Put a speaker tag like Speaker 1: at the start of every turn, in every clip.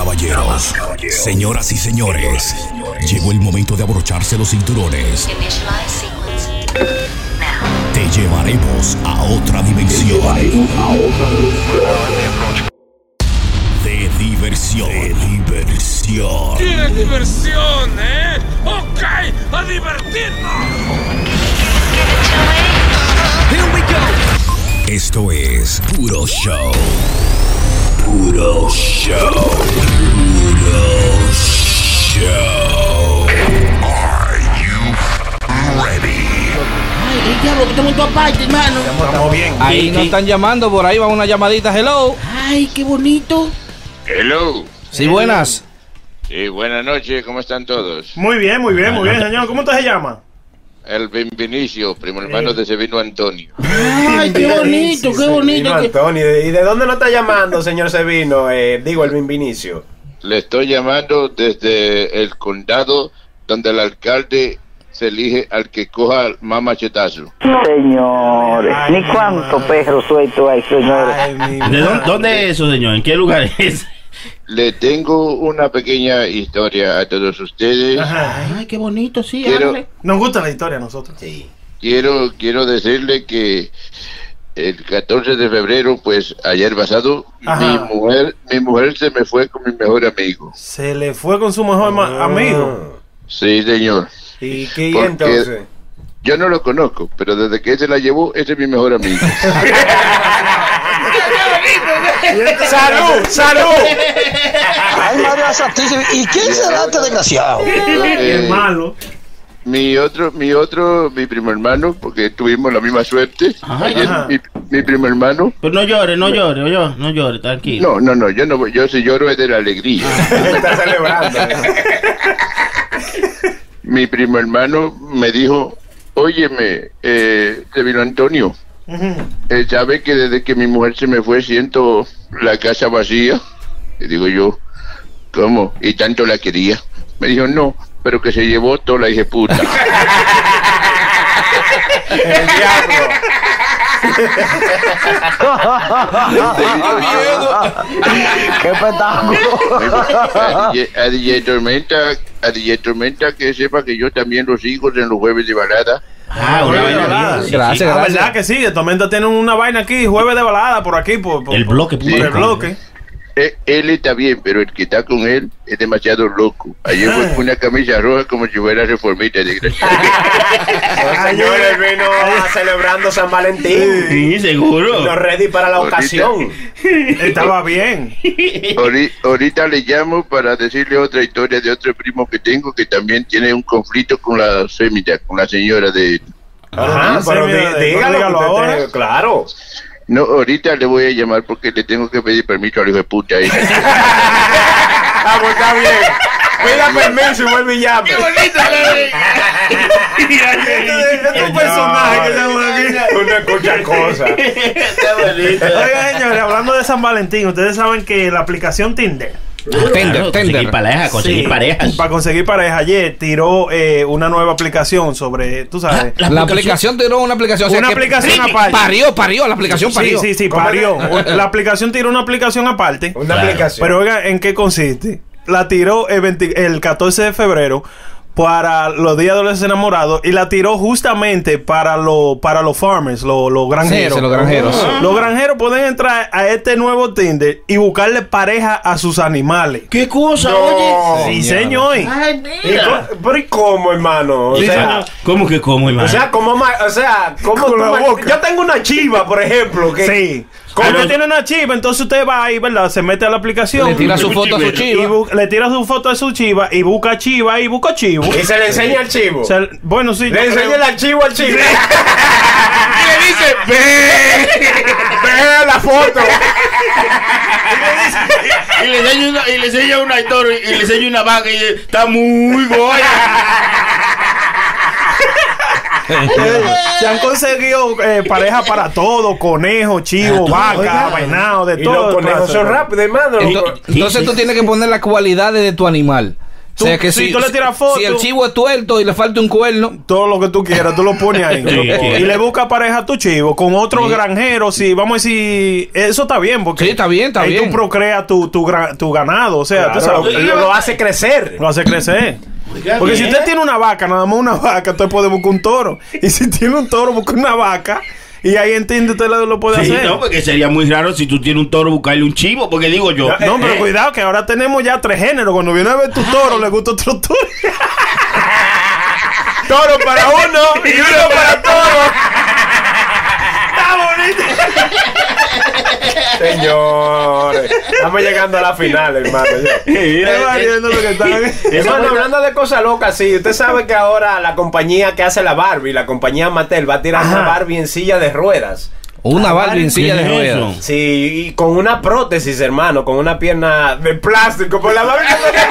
Speaker 1: caballeros, señoras y señores, llegó el momento de abrocharse los cinturones. Te llevaremos a otra dimensión. De diversión. De diversión.
Speaker 2: ¿Quieres diversión, eh? ¡Ok! ¡A divertirnos!
Speaker 1: Esto es Puro Show. Puro Show. Puro Show. Are you ready?
Speaker 3: Ay, el diablo, que estamos en todas partes, hermano.
Speaker 4: Estamos bien.
Speaker 5: Ahí nos están llamando, por ahí va una llamadita. Hello.
Speaker 3: Ay, qué bonito.
Speaker 6: Hello.
Speaker 5: Sí, buenas.
Speaker 6: Sí, buenas noches, ¿cómo están todos?
Speaker 4: Muy bien, muy bien, muy bien, señor. ¿Cómo te se llama?
Speaker 6: El Benvinicio, primo hermano de Sevino Antonio.
Speaker 3: Ay, qué bonito, qué bonito. que-
Speaker 4: Antonio, ¿y de dónde nos está llamando, señor Sevino? Eh, digo, el Bimbinicio.
Speaker 6: Le estoy llamando desde el condado donde el alcalde se elige al que coja más machetazo.
Speaker 7: Señores,
Speaker 4: Ay,
Speaker 7: ni
Speaker 4: mi
Speaker 7: cuánto
Speaker 4: madre.
Speaker 7: perro suelto hay, señores.
Speaker 8: ¿De dónde, dónde es eso, señor? ¿En qué lugar es?
Speaker 6: Le tengo una pequeña historia a todos ustedes.
Speaker 3: Ay, qué bonito, sí,
Speaker 6: Quiero-
Speaker 3: hágale.
Speaker 4: Nos gusta la historia a nosotros. Sí.
Speaker 6: Quiero, quiero decirle que el 14 de febrero, pues ayer pasado,
Speaker 4: Ajá.
Speaker 6: mi mujer, mi mujer se me fue con mi mejor amigo.
Speaker 4: Se le fue con su mejor ma- amigo.
Speaker 6: Sí, señor.
Speaker 4: ¿Y qué
Speaker 6: Porque-
Speaker 4: entonces?
Speaker 6: Yo no lo conozco, pero desde que él se la llevó, ese es mi mejor amigo.
Speaker 4: ¡Salud! ¡Salud!
Speaker 9: Ay, María Santísima. ¿Y quién será este desgraciado?
Speaker 6: Eh,
Speaker 4: malo.
Speaker 6: mi otro, mi otro, mi primo hermano, porque tuvimos la misma suerte. Ayer
Speaker 4: Ajá.
Speaker 6: mi, mi primo hermano.
Speaker 8: Pero no llore, no llore, oye, no llore, tranquilo.
Speaker 6: No, no, no, yo no, voy- yo si lloro es de la alegría.
Speaker 4: Ah. Está celebrando.
Speaker 6: Mi primo hermano me dijo, óyeme, eh, te vino Antonio, eh, ¿sabe que desde que mi mujer se me fue siento la casa vacía? Y digo yo, ¿cómo? Y tanto la quería. Me dijo, no, pero que se llevó toda la hija puta.
Speaker 4: El diablo.
Speaker 9: ¡Qué espectáculo!
Speaker 6: a, DJ, a DJ Tormenta, a DJ Tormenta que sepa que yo también los hijos en los jueves de balada.
Speaker 8: Ah, una
Speaker 4: Jueves de
Speaker 8: vaina
Speaker 4: balada.
Speaker 8: bien, sí,
Speaker 5: Gracias,
Speaker 4: Ah,
Speaker 5: gracias.
Speaker 4: verdad que sí, de Tormenta tiene una vaina aquí, jueves de balada por aquí, por, por-
Speaker 8: El
Speaker 4: por-
Speaker 8: bloque,
Speaker 4: por el
Speaker 8: punto com.
Speaker 4: bloque.
Speaker 6: Eh, él está bien, pero el que está con él es demasiado loco. Ayer fue con una camisa roja como si fuera reformista, desgraciado.
Speaker 4: señores, vino celebrando San Valentín.
Speaker 8: Sí, seguro.
Speaker 4: ready para la
Speaker 6: Ahorita. ocasión.
Speaker 4: Estaba bien.
Speaker 6: Ahori- Ahorita le llamo para decirle otra historia de otro primo que tengo que también tiene un conflicto con la semita, con la señora de él.
Speaker 4: Ajá, pero dígalo, ahora. claro.
Speaker 6: No, ahorita le voy a llamar porque le tengo que pedir permiso al hijo de puta. ese.
Speaker 4: Ah, pues está bien. Pida permiso y vuelve y llame. ¡Qué bonito! este es un personaje que tenemos aquí. Uno escucha cosas. Oiga, señores, hablando de San Valentín, ustedes saben que la aplicación Tinder
Speaker 5: Tender,
Speaker 8: Conseguir
Speaker 5: tender.
Speaker 8: pareja, conseguir
Speaker 4: Sí,
Speaker 8: parejas.
Speaker 4: para conseguir pareja ayer tiró eh, una nueva aplicación sobre, tú sabes,
Speaker 5: Ah, La aplicación tiró una aplicación. o sea
Speaker 4: Una
Speaker 5: que
Speaker 4: aplicación aparte.
Speaker 5: Parió, parió, la aplicación
Speaker 4: Sí,
Speaker 5: parió.
Speaker 4: sí, sí, parió. La aplicación tiró una aplicación aparte.
Speaker 8: Una aplicación.
Speaker 4: Pero oiga, ¿en qué consiste? La tiró el, 20 el 14 de febrero para los días de los enamorados y la tiró justamente para, los para los farmers, los los
Speaker 5: Sí,
Speaker 4: granjeros.
Speaker 5: sí, los granjeros.
Speaker 4: Ah. Los granjeros pueden entrar a este nuevo Tinder y buscarle pareja a sus animales.
Speaker 8: ¿Qué cosa,
Speaker 4: sí, señor.
Speaker 3: Ay, mira.
Speaker 4: Pero ¿y cómo, hermano?
Speaker 8: Sí, señor. ¿Cómo que cómo, hermano?
Speaker 4: como o sea, como yo tengo una chiva, por ejemplo, que Sí. Como
Speaker 8: Ah,
Speaker 4: usted
Speaker 8: no.
Speaker 4: tiene una chiva, entonces usted va ahí, ¿verdad? Se mete a la aplicación.
Speaker 5: Le tira su foto a su
Speaker 4: Y
Speaker 5: chivo.
Speaker 4: bu- le tira su foto a su chiva y busca chiva y busca chivo.
Speaker 10: Y se le enseña el chivo.
Speaker 4: O sea, bueno, sí. yo
Speaker 10: le enseña
Speaker 4: creo-
Speaker 10: el archivo al chivo.
Speaker 4: ¡Eh, la foto!
Speaker 8: Y le enseña una, y le enseña una historia, y le enseña una vaca y dice, está muy buena.
Speaker 4: Se han conseguido eh, pareja para todo: conejo, chivo, vaca, venado, de
Speaker 10: Y
Speaker 4: todo.
Speaker 10: los
Speaker 4: de
Speaker 10: conejos
Speaker 4: clase.
Speaker 10: son rápidos, hermano.
Speaker 5: Ento- Entonces tú tienes que poner las cualidades de tu animal.
Speaker 4: Tú-
Speaker 5: sea, que
Speaker 4: si tú le tiras foto-
Speaker 5: Si el chivo es tuerto y le falta un cuerno,
Speaker 4: todo lo que tú quieras, tú lo pones ahí.
Speaker 11: Sí.
Speaker 4: y le busca pareja a tu chivo con otro
Speaker 5: Sí.
Speaker 4: granjero. Si vamos a decir, eso está bien, porque
Speaker 5: Sí, está bien, está
Speaker 4: ahí
Speaker 5: bien.
Speaker 4: tú procreas tu, tu, gra- tu ganado. O sea, tú
Speaker 11: Claro,
Speaker 4: sabes,
Speaker 11: lo, lo hace crecer.
Speaker 4: lo hace crecer. Porque si usted tiene una vaca, nada más una vaca, usted puede buscar un toro. Y si tiene un toro, busca una vaca. Y ahí entiende usted lo, lo puede
Speaker 8: Sí,
Speaker 4: hacer.
Speaker 8: no,
Speaker 4: No,
Speaker 8: porque sería muy raro si tú tienes un toro buscarle un chivo, porque digo yo.
Speaker 4: pero pues-
Speaker 8: eh,
Speaker 4: cuidado, que ahora tenemos ya tres géneros. Cuando viene a ver tu toro, le gusta otro toro.
Speaker 11: Toro para uno y uno para toro. Señores, estamos llegando a la final, hermano. ya.
Speaker 8: eh,
Speaker 4: Es variando lo que están-
Speaker 11: Hermano, hablando de cosas locas, sí, usted sabe que ahora la compañía que hace la Barbie, la compañía Mattel, va a tirar una Barbie en silla de ruedas.
Speaker 5: una Barbie en silla
Speaker 8: ¿qué
Speaker 5: de
Speaker 8: es eso?
Speaker 5: ruedas.
Speaker 11: Sí, y con una prótesis, hermano, con una pierna de plástico, por la Barbie no tiene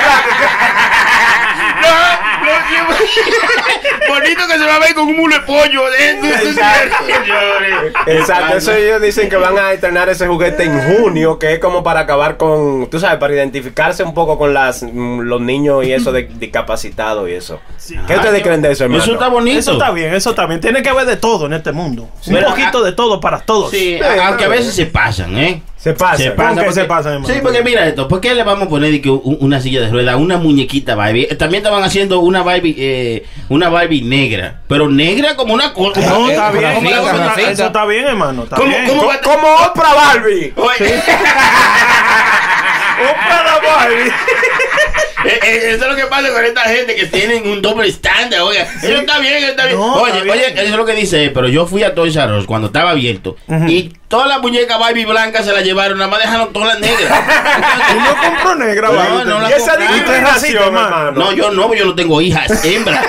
Speaker 8: Bonito que se va a ver con un mulo de pollo. eh, tú- tú-
Speaker 11: Exacto.
Speaker 8: Señores.
Speaker 4: Eh,
Speaker 11: Exacto, eso ellos dicen que van a estrenar ese juguete en junio, que es como para acabar con, tú sabes, para identificarse un poco con las mm, los niños y eso de discapacitados y eso. ¿Qué ustedes creen de eso, hermano?
Speaker 8: Eso está bonito.
Speaker 4: Eso está bien, eso está bien. Tiene que haber de todo en este mundo. Un
Speaker 8: Mira,
Speaker 4: poquito de todo para todos.
Speaker 8: ah, Sí, aunque a veces se pasan, ¿eh?
Speaker 11: Se pasa.
Speaker 8: Se
Speaker 4: ¿Con
Speaker 8: pasa,
Speaker 4: qué
Speaker 8: porque,
Speaker 4: se pasan, hermano?
Speaker 8: Sí, porque mira esto, ¿por qué le vamos a poner de que un- una silla de rueda, una muñequita Barbie? Eh, También estaban haciendo una Barbie, eh, una Barbie negra, pero negra como Eh, una cosa.
Speaker 4: No, está
Speaker 5: Con
Speaker 4: bien.
Speaker 5: la
Speaker 4: Eso
Speaker 5: cinta, con la
Speaker 4: está,
Speaker 5: cinta.
Speaker 4: eso está bien, hermano. Está
Speaker 8: ¿Cómo-
Speaker 4: bien.
Speaker 8: cómo va a-
Speaker 11: Como Oprah Barbie.
Speaker 8: Oye,
Speaker 4: Oprah Barbie.
Speaker 8: eh, eh, eso es lo que pasa con esta gente que tienen un doble estándar, oiga. Eso está bien, eso está bien.
Speaker 4: No,
Speaker 8: oye,
Speaker 4: está bien.
Speaker 8: oye, eso es lo que dice, eh, pero yo fui a Toys R Us cuando estaba abierto y todas las muñecas Barbie blancas se las llevaron, nada más dejaron todas las negras.
Speaker 4: Y no compró negra,
Speaker 8: No,
Speaker 4: Barbie.
Speaker 8: no la
Speaker 4: Y esa
Speaker 8: compré.
Speaker 4: discriminación, hermano.
Speaker 8: No, yo no, yo no tengo hijas, hembra.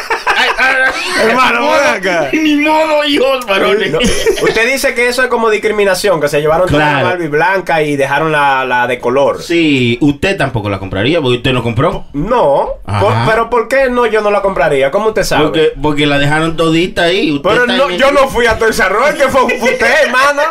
Speaker 8: Ay, ay, ay,
Speaker 4: Hermano,
Speaker 8: ni
Speaker 4: ven
Speaker 8: modo,
Speaker 4: acá.
Speaker 8: Ni modo, hijos varones.
Speaker 11: No. Usted dice que eso es como discriminación, que se llevaron toda la
Speaker 8: Claro.
Speaker 11: Barbie blanca y dejaron la, la de color.
Speaker 8: Sí, usted tampoco la compraría porque usted no compró.
Speaker 11: No,
Speaker 8: Ajá.
Speaker 11: por- pero ¿por qué no yo no la compraría? ¿Cómo usted sabe?
Speaker 8: Porque, porque la dejaron todita ahí. usted
Speaker 11: Pero
Speaker 8: está
Speaker 11: no,
Speaker 8: en el-
Speaker 11: yo no fui a Toys R Us, que fue fue usted, hermano.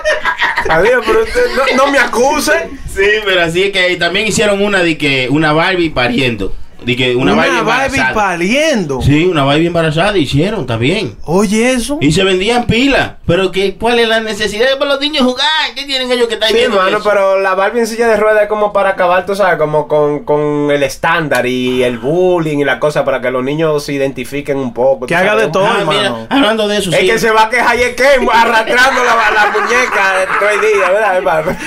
Speaker 11: Adiós, pero usted no, no me acuse.
Speaker 8: Sí, pero así es que también hicieron una de que una Barbie pariendo. De que una,
Speaker 4: Una
Speaker 8: Barbie,
Speaker 4: Barbie
Speaker 8: embarazada.
Speaker 4: pariendo.
Speaker 8: Sí, una Barbie embarazada hicieron también.
Speaker 4: Oye, eso.
Speaker 8: Y se vendían pilas. Pero que, ¿cuál es la necesidad de para los niños jugar? ¿Qué tienen ellos que estar
Speaker 11: Sí,
Speaker 8: viendo
Speaker 11: hermano,
Speaker 8: eso?
Speaker 11: pero la Barbie en silla de ruedas es como para acabar, tú sabes, como con, con el estándar y el bullying y la cosa para que los niños se identifiquen un poco.
Speaker 4: Que
Speaker 11: tú
Speaker 4: haga
Speaker 11: sabes.
Speaker 4: de todo,
Speaker 8: Ah, mira,
Speaker 4: hermano.
Speaker 8: hablando de eso,
Speaker 11: Es
Speaker 8: sí.
Speaker 11: que se va a quejar y es que arrastrando la, la muñeca todo el día, ¿verdad, hermano?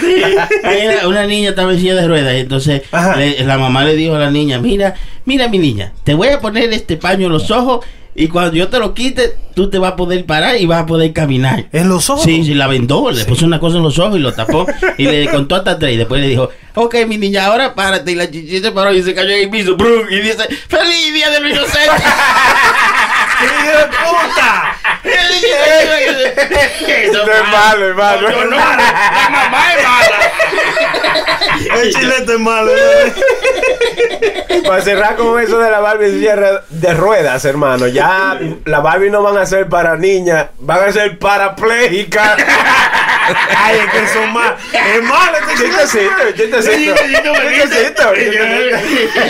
Speaker 8: Ahí era una niña estaba en silla de ruedas. y Entonces
Speaker 4: Ajá.
Speaker 8: le- la mamá le dijo a la niña: Mira, mira, mi niña, te voy a poner este paño en los ojos. Y cuando yo te lo quite, tú te vas a poder parar y vas a poder caminar.
Speaker 4: En los ojos.
Speaker 8: Sí, sí, la vendó, le puso una cosa en los ojos y lo tapó y le contó hasta tres. Y después le dijo, ok, mi niña, ahora párate. Y la chichi se paró y se cayó en el piso. brum, Y dice, ¡Feliz día de los inocentes!
Speaker 4: ¡Hijo de puta!
Speaker 8: Eso
Speaker 11: No es malo, hermano.
Speaker 8: No, no, la mamá es mala.
Speaker 4: El chilete es Este malo.
Speaker 11: Para cerrar con eso de la Barbie en silla de- de ruedas, hermano. Ya la Barbie no van a ser para niñas, van a ser parapléjicas.
Speaker 4: Ay, es que son más. Es malo este
Speaker 11: Chistecito, chistecito. Chistecito, chistecito.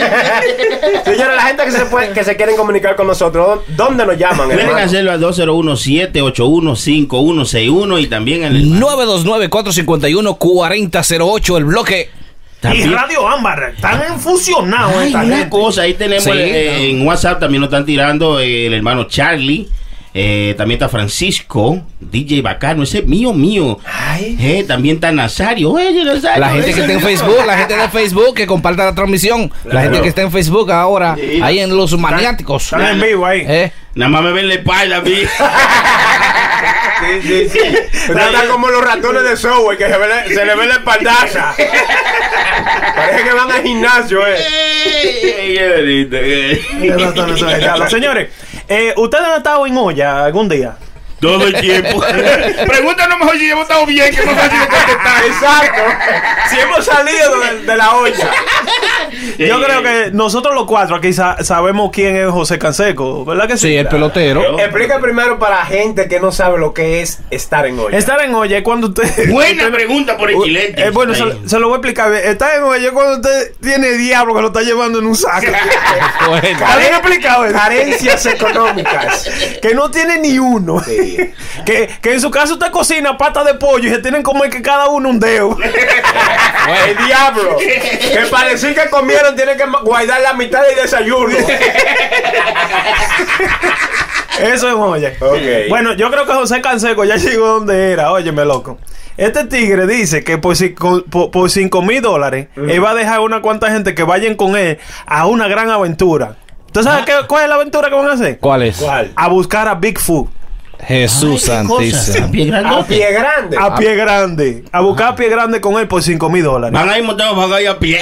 Speaker 11: Señora, la gente que se, puede, que se quieren comunicar con nosotros, ¿dó- ¿dónde nos llaman,
Speaker 8: Pueden
Speaker 11: hermano?
Speaker 8: hacerlo al 201-781-5161 y también en el...
Speaker 5: 929-451-4008, el bloque.
Speaker 4: Y
Speaker 8: También-
Speaker 4: Radio Ámbar. Están fusionados
Speaker 8: Ay,
Speaker 4: esta
Speaker 8: una
Speaker 4: gente.
Speaker 8: cosa, ahí tenemos
Speaker 5: Sí,
Speaker 8: el- eh,
Speaker 5: claro.
Speaker 8: en WhatsApp también nos están tirando eh, el hermano Charlie. eh, también está Francisco, DJ Bacano, ese es mío, mío. Eh, también está Nazario. Oye, Nazario, eh.
Speaker 5: La gente que
Speaker 8: ese
Speaker 5: está en
Speaker 8: mío.
Speaker 5: Facebook, la gente de Facebook que comparta la transmisión. La gente que está en Facebook ahora, ahí en los maniáticos.
Speaker 4: Están en vivo ahí.
Speaker 5: ¿Eh?
Speaker 8: Nada más me ven la espalda a mí.
Speaker 11: Sí, sí, sí. Usted está como los ratones de software que se, ve la- se le ve la espaldaza. Parece que van al gimnasio, eh.
Speaker 8: Ey, qué bonito, eh.
Speaker 4: Ya lo están, eso es, ya lo- Señores, eh, ¿ustedes han estado en olla algún día?
Speaker 8: Todo el tiempo. Pregúntanos mejor si hemos estado bien, que es más fácil de contestar.
Speaker 11: Exacto. Si hemos salido de, de la olla.
Speaker 4: Yo creo que nosotros los cuatro aquí sa- sabemos quién es José Canseco, ¿verdad que sí?
Speaker 5: Sí, el pelotero.
Speaker 11: Explica primero para gente que no sabe lo que es estar en olla.
Speaker 4: Estar en olla es cuando usted.
Speaker 8: Buena pregunta por el chilete.
Speaker 4: Eh, bueno, se, lo- se lo voy a explicar. Estar en olla es cuando usted tiene diablo que lo está llevando en un saco. Está bien explicado eso.
Speaker 11: Carencias económicas.
Speaker 4: Que no tiene ni uno. que, que en su caso usted cocina pata de pollo y se tienen como que cada uno un dedo.
Speaker 11: El diablo. Que para decir que comieron tiene que ma- guardar la mitad del desayuno.
Speaker 4: Eso es olla.
Speaker 11: Ok.
Speaker 4: Bueno, yo creo que José Canseco ya llegó donde era. Óyeme, loco. Este tigre dice que por, si- con- por, 5 mil dólares él va a dejar a una cuanta gente que vayan con él a una gran aventura. ¿Tú
Speaker 11: Ah.
Speaker 4: sabes qué- cuál es la aventura que van a hacer?
Speaker 5: ¿Cuál es?
Speaker 11: ¿Cuál?
Speaker 4: A buscar a Bigfoot.
Speaker 5: Jesús Santísimo.
Speaker 3: Pie
Speaker 8: Ah,
Speaker 11: A
Speaker 3: grandote.
Speaker 11: pie grande.
Speaker 4: A pie grande. A buscar a pie grande con él por 5 mil dólares.
Speaker 5: Ah.
Speaker 8: Van a ir montados, van a ir a pie.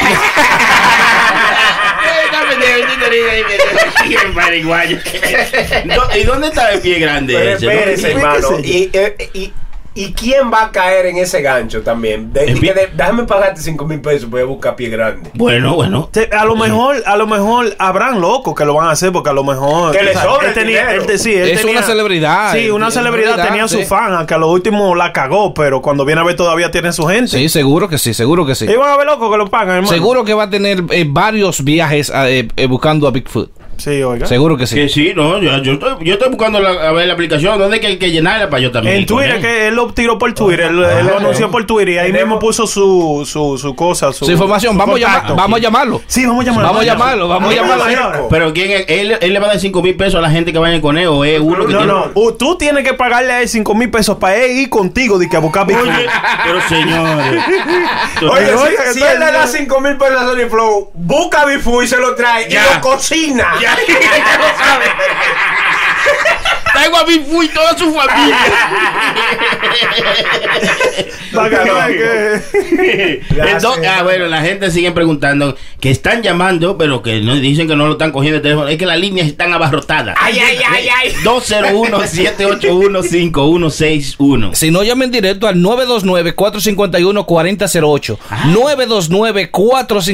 Speaker 8: Do- ¿Y dónde está el pie grande?
Speaker 11: Pero
Speaker 8: ese, no?
Speaker 11: espérese, hermano. Y, eh, y- y quién va a caer en ese gancho también? De-
Speaker 8: En
Speaker 11: di
Speaker 8: pi-
Speaker 11: que de- déjame pagarte 5 mil pesos, voy a buscar pie grande.
Speaker 8: Bueno, bueno.
Speaker 4: Te- A lo mejor, a lo mejor habrán locos que lo van a hacer porque a lo mejor
Speaker 11: Que le
Speaker 4: o sea,
Speaker 11: sobre
Speaker 4: él
Speaker 11: el
Speaker 4: tenía,
Speaker 11: dinero.
Speaker 4: él te- sí, él
Speaker 5: Es
Speaker 4: tenía-
Speaker 5: una celebridad.
Speaker 4: Sí, una
Speaker 5: Es
Speaker 4: celebridad
Speaker 5: celebridad,
Speaker 4: tenía su
Speaker 5: sí.
Speaker 4: fan, aunque a lo último la cagó, pero cuando viene a ver todavía tiene su gente.
Speaker 5: Sí, seguro que sí, seguro que sí.
Speaker 4: Y van a ver locos que lo pagan, Eh, hermano.
Speaker 5: Seguro que va a tener eh, varios viajes a, eh, eh, buscando a Bigfoot.
Speaker 4: Sí, oiga.
Speaker 5: Seguro que sí.
Speaker 8: Que sí, no, yo, yo estoy, yo estoy buscando la, a ver la aplicación. ¿Dónde hay que, que llenarla para yo también?
Speaker 4: En
Speaker 8: ir con
Speaker 4: Twitter,
Speaker 8: él?
Speaker 4: que él lo tiró por Twitter, él, él
Speaker 11: Ah,
Speaker 4: lo anunció por Twitter y ahí mismo puso su, su, su cosa, su,
Speaker 5: Su información, vamos, a llamar-
Speaker 4: contacto.
Speaker 5: vamos a llamarlo.
Speaker 4: Sí, vamos a llamarlo.
Speaker 5: Vamos a llamarlo, vamos a llamarlo.
Speaker 4: señora.
Speaker 8: Pero quién es? él, él le va a dar 5 mil pesos a la gente que vaya con él o es uno que
Speaker 4: No,
Speaker 8: tiene-
Speaker 4: no, o tú tienes que pagarle a él 5 mil pesos para él ir contigo de que a buscar Bigfoot.
Speaker 8: Oye, pero señores.
Speaker 11: Oye,
Speaker 4: Pero
Speaker 11: si-
Speaker 4: oiga, que
Speaker 11: si,
Speaker 4: todo
Speaker 11: él
Speaker 4: el
Speaker 11: le da
Speaker 4: mundo-
Speaker 11: 5 mil pesos a Sony Flow, busca Bifu y se lo trae y
Speaker 8: Ya.
Speaker 11: lo cocina.
Speaker 8: Ya, ya lo sabe. Traigo a Bifu y toda su familia.
Speaker 4: Para que vean que-
Speaker 8: Entonces, ah, bueno, la gente sigue preguntando que están llamando, pero que no dicen que no lo están cogiendo el teléfono. Es que las líneas están abarrotadas. Eh,
Speaker 11: Ay, ay, ay, ay.
Speaker 8: 201-781-5161.
Speaker 5: Si no, llamen directo al 929-451-4008.
Speaker 4: Ah.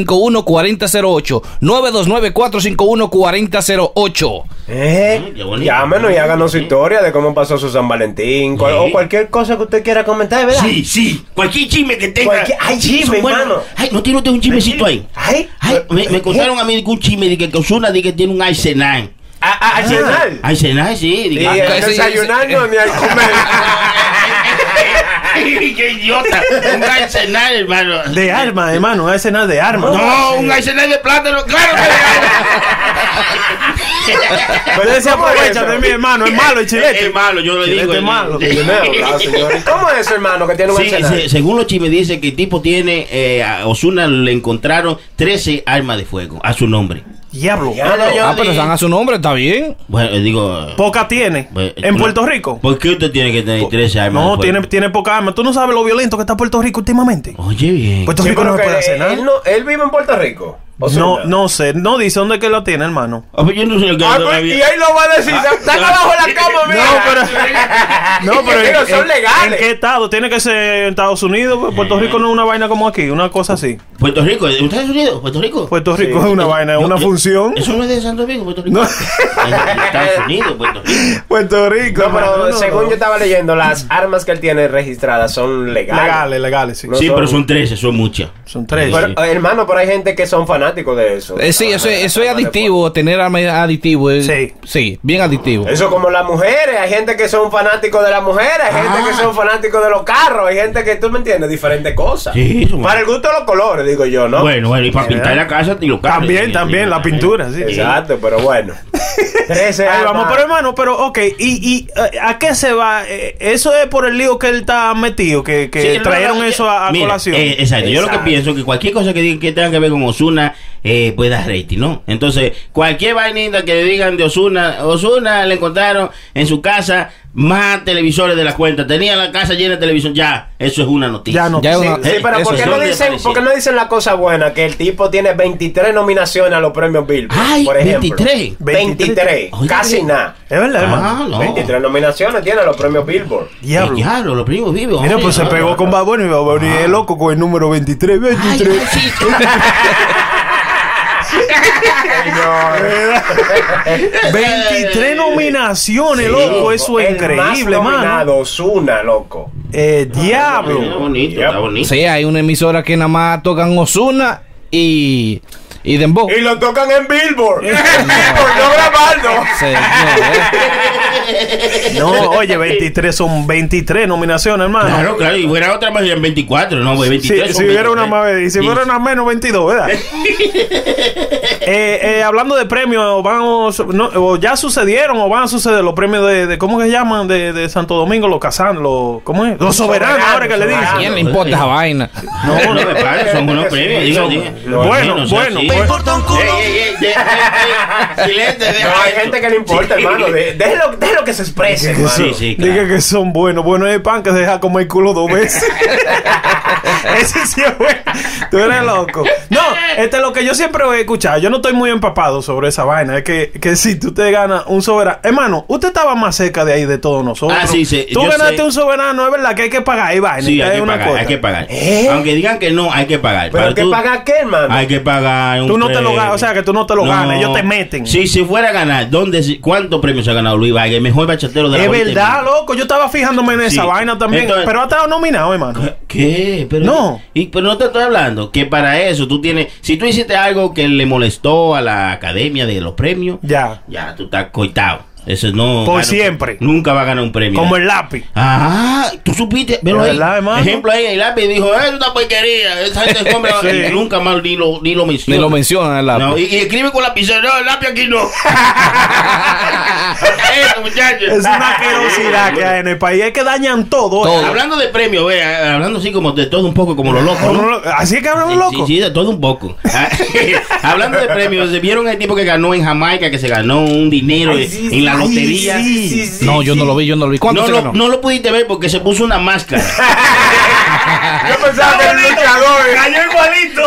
Speaker 5: 929-451-4008. 929-451-4008.
Speaker 11: Eh,
Speaker 8: Mm, Qué bonito.
Speaker 11: Llámenos y háganos su historia de cómo pasó su San Valentín cual-
Speaker 8: Sí.
Speaker 11: o cualquier cosa que usted quiera comentar, ¿verdad?
Speaker 8: Sí, sí. Cualquier chisme que tenga.
Speaker 11: Cualquier- ay, chisme,
Speaker 8: Bueno,
Speaker 11: hermano.
Speaker 8: Ay, no tiene usted un chismecito ahí.
Speaker 11: Ay,
Speaker 8: Ay, me, me
Speaker 11: ¿eh?
Speaker 8: contaron a mí que un chisme de que Osuna de que tiene un arsenal.
Speaker 11: eh, A- a- Ah, Arsenal.
Speaker 8: Arsenal, Ah. sí. de
Speaker 11: Y
Speaker 8: que-
Speaker 11: al
Speaker 5: ese-
Speaker 11: desayunar no, ni al comer.
Speaker 8: ¡Qué idiota! Un arsenal, hermano.
Speaker 4: De arma, hermano, ese nada de arma.
Speaker 8: No, un arsenal de plátano, claro que de arma. Eh,
Speaker 4: Ustedes se aprovechan de mi hermano, es malo el chilete.
Speaker 8: Es malo, yo lo
Speaker 4: Chilete
Speaker 8: digo.
Speaker 4: es
Speaker 8: el-
Speaker 4: malo.
Speaker 11: Yo no he hablado, señores. ¿Cómo es eso, hermano, que tiene un
Speaker 8: Sí,
Speaker 11: arsenal?
Speaker 8: se- según los chismes dice que el tipo tiene, eh, a Osuna le encontraron 13 armas de fuego a su nombre.
Speaker 4: Diablo.
Speaker 11: Ya, no, yo-
Speaker 5: Ah, pero están a su nombre, está bien.
Speaker 8: Bueno, eh, digo...
Speaker 4: Poca tiene.
Speaker 8: eh,
Speaker 4: En
Speaker 8: una-
Speaker 4: Puerto Rico.
Speaker 8: ¿Por qué usted tiene que tener 13 armas de
Speaker 4: No,
Speaker 8: fuego?
Speaker 4: tiene, tiene poca arma. Tú no sabes lo violento que está Puerto Rico últimamente.
Speaker 8: Oye, bien.
Speaker 4: Puerto
Speaker 11: Yo
Speaker 4: Rico no
Speaker 11: creo
Speaker 4: se
Speaker 11: que
Speaker 4: puede hacer
Speaker 11: Él,
Speaker 4: nada.
Speaker 11: no- él vive en Puerto Rico.
Speaker 4: No,
Speaker 11: Ozuna.
Speaker 4: no sé. No dice dónde es que lo tiene, hermano.
Speaker 8: Ah, pues yo no sé lo que Ah,
Speaker 11: Ah, pues,
Speaker 8: todavía.
Speaker 11: y ahí lo va a decir. Están abajo de la cama, mira.
Speaker 4: No, pero.
Speaker 11: Digo,
Speaker 4: en-
Speaker 11: son
Speaker 4: en-
Speaker 11: legales.
Speaker 4: ¿En qué estado? Tiene que ser en Estados Unidos. pues, Puerto Rico no es una vaina como aquí, una cosa así.
Speaker 8: Puerto Rico, ¿en Estados Unidos? Puerto Rico.
Speaker 4: Puerto Rico es una vaina, es
Speaker 8: Yo-
Speaker 4: una
Speaker 8: yo-
Speaker 4: función.
Speaker 8: Eso no es de Santo Domingo, Puerto Rico.
Speaker 4: No.
Speaker 8: Es de Estados Unidos, Puerto Rico.
Speaker 4: Puerto Rico.
Speaker 11: No, pero
Speaker 4: hermano, no,
Speaker 11: según
Speaker 4: no.
Speaker 11: yo estaba leyendo, las armas que él tiene registradas son legales.
Speaker 4: Legales, legales, sí.
Speaker 11: No
Speaker 8: Sí,
Speaker 11: son-
Speaker 8: pero son 13, son muchas.
Speaker 4: Son tres.
Speaker 11: Pero, eh, hermano, pero hay gente que son fanáticos de eso.
Speaker 5: Eh, sí, eso, es- eso es
Speaker 11: Armas de
Speaker 5: adictivo, tener arma adictivo. eh.
Speaker 4: pues. Sí.
Speaker 5: Sí, bien adictivo.
Speaker 11: fuego. Eso como las mujeres, hay gente que son fanáticos de las mujeres, hay gente que son fanáticos de los carros, hay gente que, tú me entiendes, diferentes cosas.
Speaker 8: Sí, son-
Speaker 11: Para el gusto de los colores, digo yo, ¿no?
Speaker 8: Bueno, bueno, y para pintar la casa y los carros.
Speaker 4: También, también, la pintura, sí.
Speaker 11: Exacto, pero bueno. Trece
Speaker 4: Ahí vamos,
Speaker 11: armas.
Speaker 4: pero hermano, pero ok, ¿y, y eh, a qué se va? Eh, Eso es por el lío que él está metido, que, que
Speaker 8: Sí, no,
Speaker 4: trajeron
Speaker 8: no, yo-
Speaker 4: eso a, a
Speaker 8: mira,
Speaker 4: colación.
Speaker 8: eh, exacto. Yo lo que
Speaker 11: Exacto.
Speaker 8: pienso es que cualquier cosa que, diga- que tenga que ver con Osuna eh, puede dar rating, ¿no? Entonces, cualquier vainita que digan de Osuna, Osuna le encontraron en su casa más televisores de la cuenta. Tenía la casa llena de televisión. Ya, eso es una noticia.
Speaker 4: Ya no.
Speaker 5: Ya es
Speaker 11: Sí,
Speaker 5: una-
Speaker 11: sí, pero
Speaker 5: eso
Speaker 11: ¿por
Speaker 5: es
Speaker 11: qué,
Speaker 5: una-
Speaker 11: no dicen, ¿por qué no dicen la cosa buena? Que el tipo tiene 23 nominaciones a los premios Billboard.
Speaker 8: Ay,
Speaker 11: por ejemplo.
Speaker 8: 23.
Speaker 11: 23.
Speaker 8: Oye,
Speaker 11: casi nada.
Speaker 4: es verdad, hermano.
Speaker 8: Ah, no.
Speaker 11: 23 nominaciones tiene a los premios Billboard.
Speaker 8: Diablo.
Speaker 4: Diablo.
Speaker 8: Diablo, los primos vivos.
Speaker 4: Mira, pues se
Speaker 8: Ay,
Speaker 4: pegó con Bad
Speaker 8: Ah.
Speaker 4: Bunny, Bad Bunny es loco con el número 23,
Speaker 8: ay,
Speaker 4: 23.
Speaker 8: sí.
Speaker 4: 23 nominaciones,
Speaker 11: Sí,
Speaker 4: loco. Eso es
Speaker 11: el
Speaker 4: increíble,
Speaker 11: más
Speaker 4: mano.
Speaker 11: nominado, Ozuna, loco.
Speaker 4: Eh, diablo.
Speaker 8: está bonito.
Speaker 5: Sí, hay una emisora que nada más tocan Osuna y. y Dembow.
Speaker 8: Eh.
Speaker 11: Y lo tocan en Billboard.
Speaker 5: Por
Speaker 11: no grabarlo.
Speaker 5: Sí, no, eh.
Speaker 4: No, oye, 23 son 23 nominaciones, hermano.
Speaker 8: Claro, claro, y fuera otra más serían 24, no, güey, 23.
Speaker 4: si,
Speaker 8: son
Speaker 4: si hubiera
Speaker 8: 23.
Speaker 4: una más, y si
Speaker 8: Sí.
Speaker 4: hubiera una menos 22, ¿verdad? Eh, eh, hablando de premios, vamos, no, o ya sucedieron o van a suceder los premios de, de- ¿cómo que se llaman? De, de Santo Domingo, los Casan, los, ¿cómo es? Los soberanos,
Speaker 11: Soberanos,
Speaker 4: ahora que le
Speaker 5: ¿A
Speaker 8: ah,
Speaker 4: dicen.
Speaker 5: quién le eh, importa esa vaina?
Speaker 8: No, no, me paro, son unos premios, diga, diga.
Speaker 4: Bueno, bueno,
Speaker 8: sí.
Speaker 4: bueno.
Speaker 8: Silente,
Speaker 11: No, hay gente que le importa, hermano. de- Déjelo, déjelo que se exprese, hermano.
Speaker 8: Sí, sí, claro.
Speaker 4: Diga que son buenos. Bueno, es pan que se deja comer el culo dos veces. Ese sí es bueno. Tú eres loco. No, este es lo que yo siempre he escuchado. Yo no estoy muy empapado sobre esa vaina. Es que, que si tú te ganas un soberano. Hermano, usted estaba más cerca de ahí de todos nosotros.
Speaker 8: Ah, sí, sí,
Speaker 4: Tú
Speaker 8: yo
Speaker 4: ganaste
Speaker 8: sé.
Speaker 4: un soberano, es verdad que hay que pagar. Hay vaina.
Speaker 8: Sí,
Speaker 4: hay
Speaker 8: hay que
Speaker 4: una
Speaker 8: pagar,
Speaker 4: cuota.
Speaker 8: hay que pagar.
Speaker 11: ¿Eh?
Speaker 8: Aunque digan que no, hay que pagar.
Speaker 11: ¿Pero
Speaker 8: Para
Speaker 11: qué
Speaker 8: tú-
Speaker 11: paga qué, hermano?
Speaker 8: Hay que pagar un
Speaker 4: Tú no te lo
Speaker 8: premio.
Speaker 4: ganas, o sea, que tú no te lo ganas. Ellos te meten.
Speaker 8: Sí, si fuera a ganar, ¿dónde, se- ¿cuántos premios ha ganado Luis Valle? El mejor bachatero de la
Speaker 4: Es
Speaker 8: bolita
Speaker 4: verdad,
Speaker 8: del mundo.
Speaker 4: loco. Yo estaba fijándome en esa
Speaker 8: Sí.
Speaker 4: vaina también.
Speaker 8: Entonces-
Speaker 4: pero ha estado nominado, hermano.
Speaker 8: ¿Qué? Pero,
Speaker 4: No.
Speaker 8: Y, pero no te estoy hablando que para eso tú tienes. Si tú hiciste algo que le molestó a la academia de los premios,
Speaker 4: Ya.
Speaker 8: ya tú estás coitado. Eso no.
Speaker 4: Por
Speaker 8: gana-
Speaker 4: siempre.
Speaker 8: Nunca va a ganar un premio.
Speaker 4: Como el lápiz.
Speaker 8: Ah, tú supiste. Velo
Speaker 4: Es
Speaker 8: ahí.
Speaker 4: verdad, hermano.
Speaker 8: Ejemplo ahí, el lápiz dijo: Eso es una porquería. Esa gente come la-
Speaker 4: Sí.
Speaker 8: y nunca más ni lo, ni lo menciona.
Speaker 5: Ni lo mencionan el
Speaker 8: No,
Speaker 5: lápiz.
Speaker 8: y, y escribe con la lapicera. No, el lápiz aquí no. Eso, muchachos.
Speaker 4: Es una asquerosidad que hay en el país. Es que dañan todo.
Speaker 5: Todo.
Speaker 8: Hablando de premio, ve, hablando así como de todo un poco, como los locos. Ah, ¿no?
Speaker 4: Uno lo- Así es que hablan
Speaker 8: Sí,
Speaker 4: loco.
Speaker 8: Sí, sí, de todo un poco. Ah, Hablando de premios, ¿se ¿vieron el tipo que ganó en Jamaica, que se ganó un dinero
Speaker 11: Ay,
Speaker 8: en-
Speaker 11: sí,
Speaker 8: en la
Speaker 4: ay,
Speaker 8: lotería?
Speaker 4: sí, sí, sí.
Speaker 5: No, yo no lo vi, yo no lo vi. ¿Cuánto
Speaker 8: No
Speaker 5: se
Speaker 8: lo,
Speaker 5: ganó?
Speaker 8: no lo pudiste ver porque se puso una máscara.
Speaker 11: Yo pensaba que era un luchador.
Speaker 8: Cayó igualito.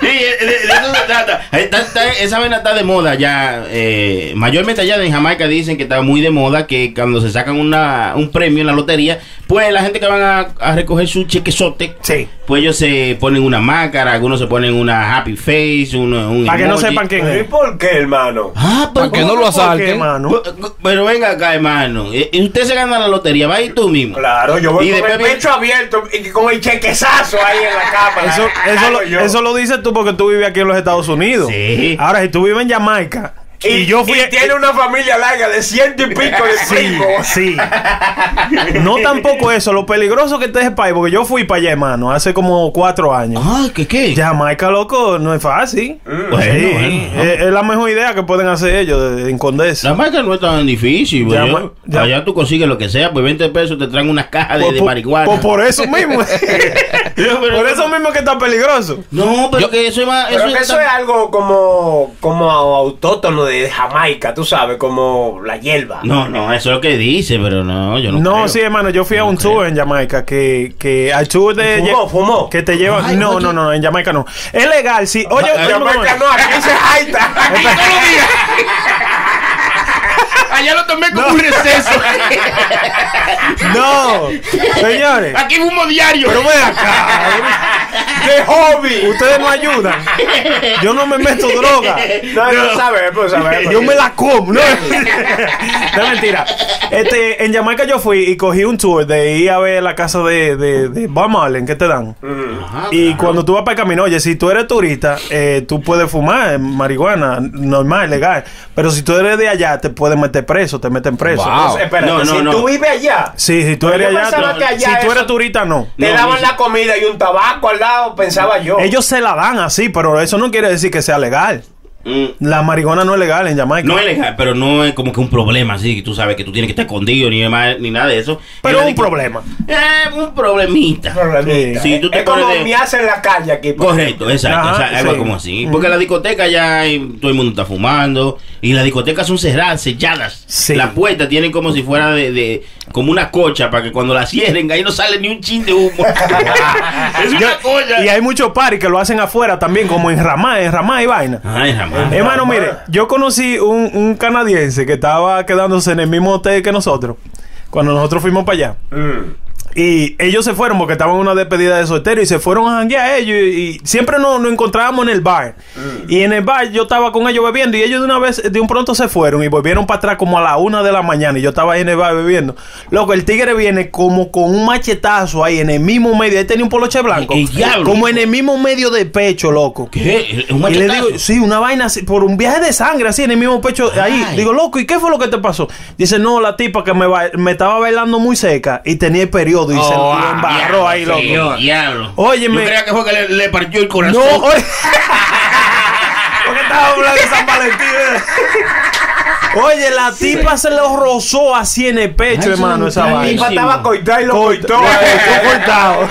Speaker 8: Sí, de, de eso se trata. Está- está- esa vaina está de moda ya. eh, mayormente allá en Jamaica dicen que está muy de moda que cuando se sacan una, un premio en la lotería, pues la gente que van a, a recoger su chequezote,
Speaker 4: Sí.
Speaker 8: pues ellos se ponen una máscara, algunos se ponen una happy face, uno, un
Speaker 4: Para que no
Speaker 8: emoji.
Speaker 4: sepan quién
Speaker 11: ¿Y
Speaker 4: es.
Speaker 11: por qué, hermano?
Speaker 8: Ah, pero,
Speaker 5: Para que no lo
Speaker 4: ¿Por qué,
Speaker 5: asalten.
Speaker 4: mano?
Speaker 8: pero- pero venga acá, hermano. eh, eh, Usted se gana la lotería, va y tú mismo.
Speaker 11: Claro, yo voy
Speaker 8: Y
Speaker 11: con el
Speaker 8: después-
Speaker 11: pecho abierto y con el chequezazo ahí en la capa.
Speaker 4: Eso, eso, lo, eso lo dices tú porque tú vives aquí en los Estados Unidos.
Speaker 8: Sí.
Speaker 4: Ahora, si tú vives en Jamaica y, yo fui.
Speaker 11: tiene una familia larga de ciento y pico de
Speaker 4: Sí,
Speaker 11: primos.
Speaker 4: sí. No tampoco eso, lo peligroso que está ese país, porque yo fui para allá, hermano, hace como cuatro años.
Speaker 8: Ah, ¿qué qué?
Speaker 4: Jamaica, loco, no es fácil.
Speaker 8: Mm. Bueno,
Speaker 4: Sí, eh,
Speaker 8: bueno.
Speaker 4: es, es la mejor idea que pueden hacer ellos de, de esconderse.
Speaker 8: La marca no es tan difícil, güey.
Speaker 4: Ya, ma- ya.
Speaker 8: Allá tú consigues lo que sea, pues 20 pesos te traen unas cajas de,
Speaker 4: Por-
Speaker 8: de
Speaker 4: por-
Speaker 8: marihuana.
Speaker 4: por- por eso mismo. por eso mismo que está peligroso.
Speaker 8: No, pero que eso es más.
Speaker 11: Pero que eso
Speaker 8: tan-
Speaker 11: es algo como, como autóctono de Jamaica, tú sabes, como la hierba.
Speaker 8: No, no, eso es lo que dice, pero no, yo no.
Speaker 4: No,
Speaker 8: creo.
Speaker 4: sí, hermano, yo fui a un tour en Jamaica que, que al tour de.
Speaker 11: Fumó,
Speaker 4: lle-
Speaker 11: fumó.
Speaker 4: Que te llevan. no, no, no, no, en Jamaica no. Es legal, sí. Oye,
Speaker 11: En
Speaker 4: oye,
Speaker 11: Jamaica
Speaker 4: mamá.
Speaker 11: no, aquí se jaita.
Speaker 8: Allá lo tomé como un receso.
Speaker 4: no. Señores,
Speaker 8: Aquí fumo diario.
Speaker 4: pero ven acá.
Speaker 11: De hobby.
Speaker 4: Ustedes no ayudan. Yo no me meto droga.
Speaker 11: No, pues, no sabemos, sabemos.
Speaker 4: Yo me la como, ¿no? no es mentira. Este, en Jamaica yo fui y cogí un tour de ir a ver la casa de, de, de Bob Marley, ¿qué te dan?
Speaker 11: pues,
Speaker 4: Y cuando tú vas para el camino, oye, si tú eres turista, eh, tú puedes fumar eh, marihuana, normal, legal. Pero si tú eres de allá, te pueden meter preso, te meten preso.
Speaker 5: Wow.
Speaker 11: Espérate,
Speaker 8: Ah, No, no,
Speaker 11: si
Speaker 8: no.
Speaker 11: tú vives allá,
Speaker 4: Sí, si tú
Speaker 11: Pero
Speaker 4: eres
Speaker 11: yo
Speaker 4: allá,
Speaker 11: pensaba
Speaker 4: tú-
Speaker 11: que allá
Speaker 4: si tú
Speaker 11: eso-
Speaker 4: eres turista, no.
Speaker 11: te
Speaker 8: No,
Speaker 11: daban
Speaker 8: sí.
Speaker 11: la comida y un tabaco al lado, pensaba yo.
Speaker 4: Ellos se la dan así, pero eso no quiere decir que sea legal.
Speaker 8: Mm,
Speaker 4: La marihuana no es legal en Jamaica.
Speaker 8: No es legal, pero no es como que un problema así, que tú sabes que tú tienes que estar escondido ni, demás, ni nada de eso.
Speaker 4: Pero
Speaker 8: Yo
Speaker 4: un
Speaker 8: digo-
Speaker 4: problema.
Speaker 8: Eh, un problemita.
Speaker 11: Problemita.
Speaker 8: Sí, tú te
Speaker 11: es como
Speaker 8: pones de-
Speaker 11: me hacen en la calle aquí. pues. por
Speaker 8: Correcto, exacto.
Speaker 4: Ajá,
Speaker 8: o sea, algo
Speaker 4: sí.
Speaker 8: como así. Porque la discoteca ya hay- todo el mundo está fumando. Y las discotecas son cerradas, selladas.
Speaker 4: Sí.
Speaker 8: Las puertas tienen como si fuera de, de- como una cocha para que cuando la cierren ahí no sale ni un chin de humo. es
Speaker 4: Yo-
Speaker 8: una cocha.
Speaker 4: y hay muchos paris que lo hacen afuera también, como en Ramá, en Ramá y vaina.
Speaker 8: Ay, jamás.
Speaker 4: Hermano,
Speaker 11: Ramá.
Speaker 4: mire, yo conocí un, un canadiense que estaba quedándose en el mismo hotel que nosotros, cuando nosotros fuimos para allá.
Speaker 11: Mm.
Speaker 4: Y ellos se fueron porque estaban en una despedida de soltero y se fueron a janguear ellos. Y, y siempre nos, nos encontrábamos en el bar. Y en el bar yo estaba con ellos bebiendo. Y ellos de una vez, de un pronto se fueron y volvieron para atrás como a la una de la mañana. Y yo estaba ahí en el bar bebiendo. Loco, el tigre viene como con un machetazo ahí en el mismo medio. Él tenía un poloche blanco.
Speaker 8: Y- y diablo.
Speaker 4: como en el mismo medio del pecho, loco.
Speaker 8: ¿Qué? ¿Un
Speaker 4: y le
Speaker 8: machetazo?
Speaker 4: digo, sí, una vaina así, por un viaje de sangre así en el mismo pecho. Ahí digo, loco, ¿y qué fue lo que te pasó? Dice, no, la tipa que me, ba- me estaba bailando muy seca y tenía el periodo y se lo
Speaker 8: ah,
Speaker 4: embarró ahí, loco.
Speaker 8: Señor, diablo.
Speaker 4: Óyeme.
Speaker 8: Yo creía que fue que le, le partió el corazón.
Speaker 4: No, oye. Porque estaba hablando de San Valentín. ¿verdad? Oye, la tipa se lo rozó así en el pecho,
Speaker 11: Ay,
Speaker 4: hermano,
Speaker 11: eso
Speaker 4: esa
Speaker 11: es
Speaker 4: vaina.
Speaker 11: buenísimo. La tipa estaba coitada
Speaker 4: y lo coitó. cortado.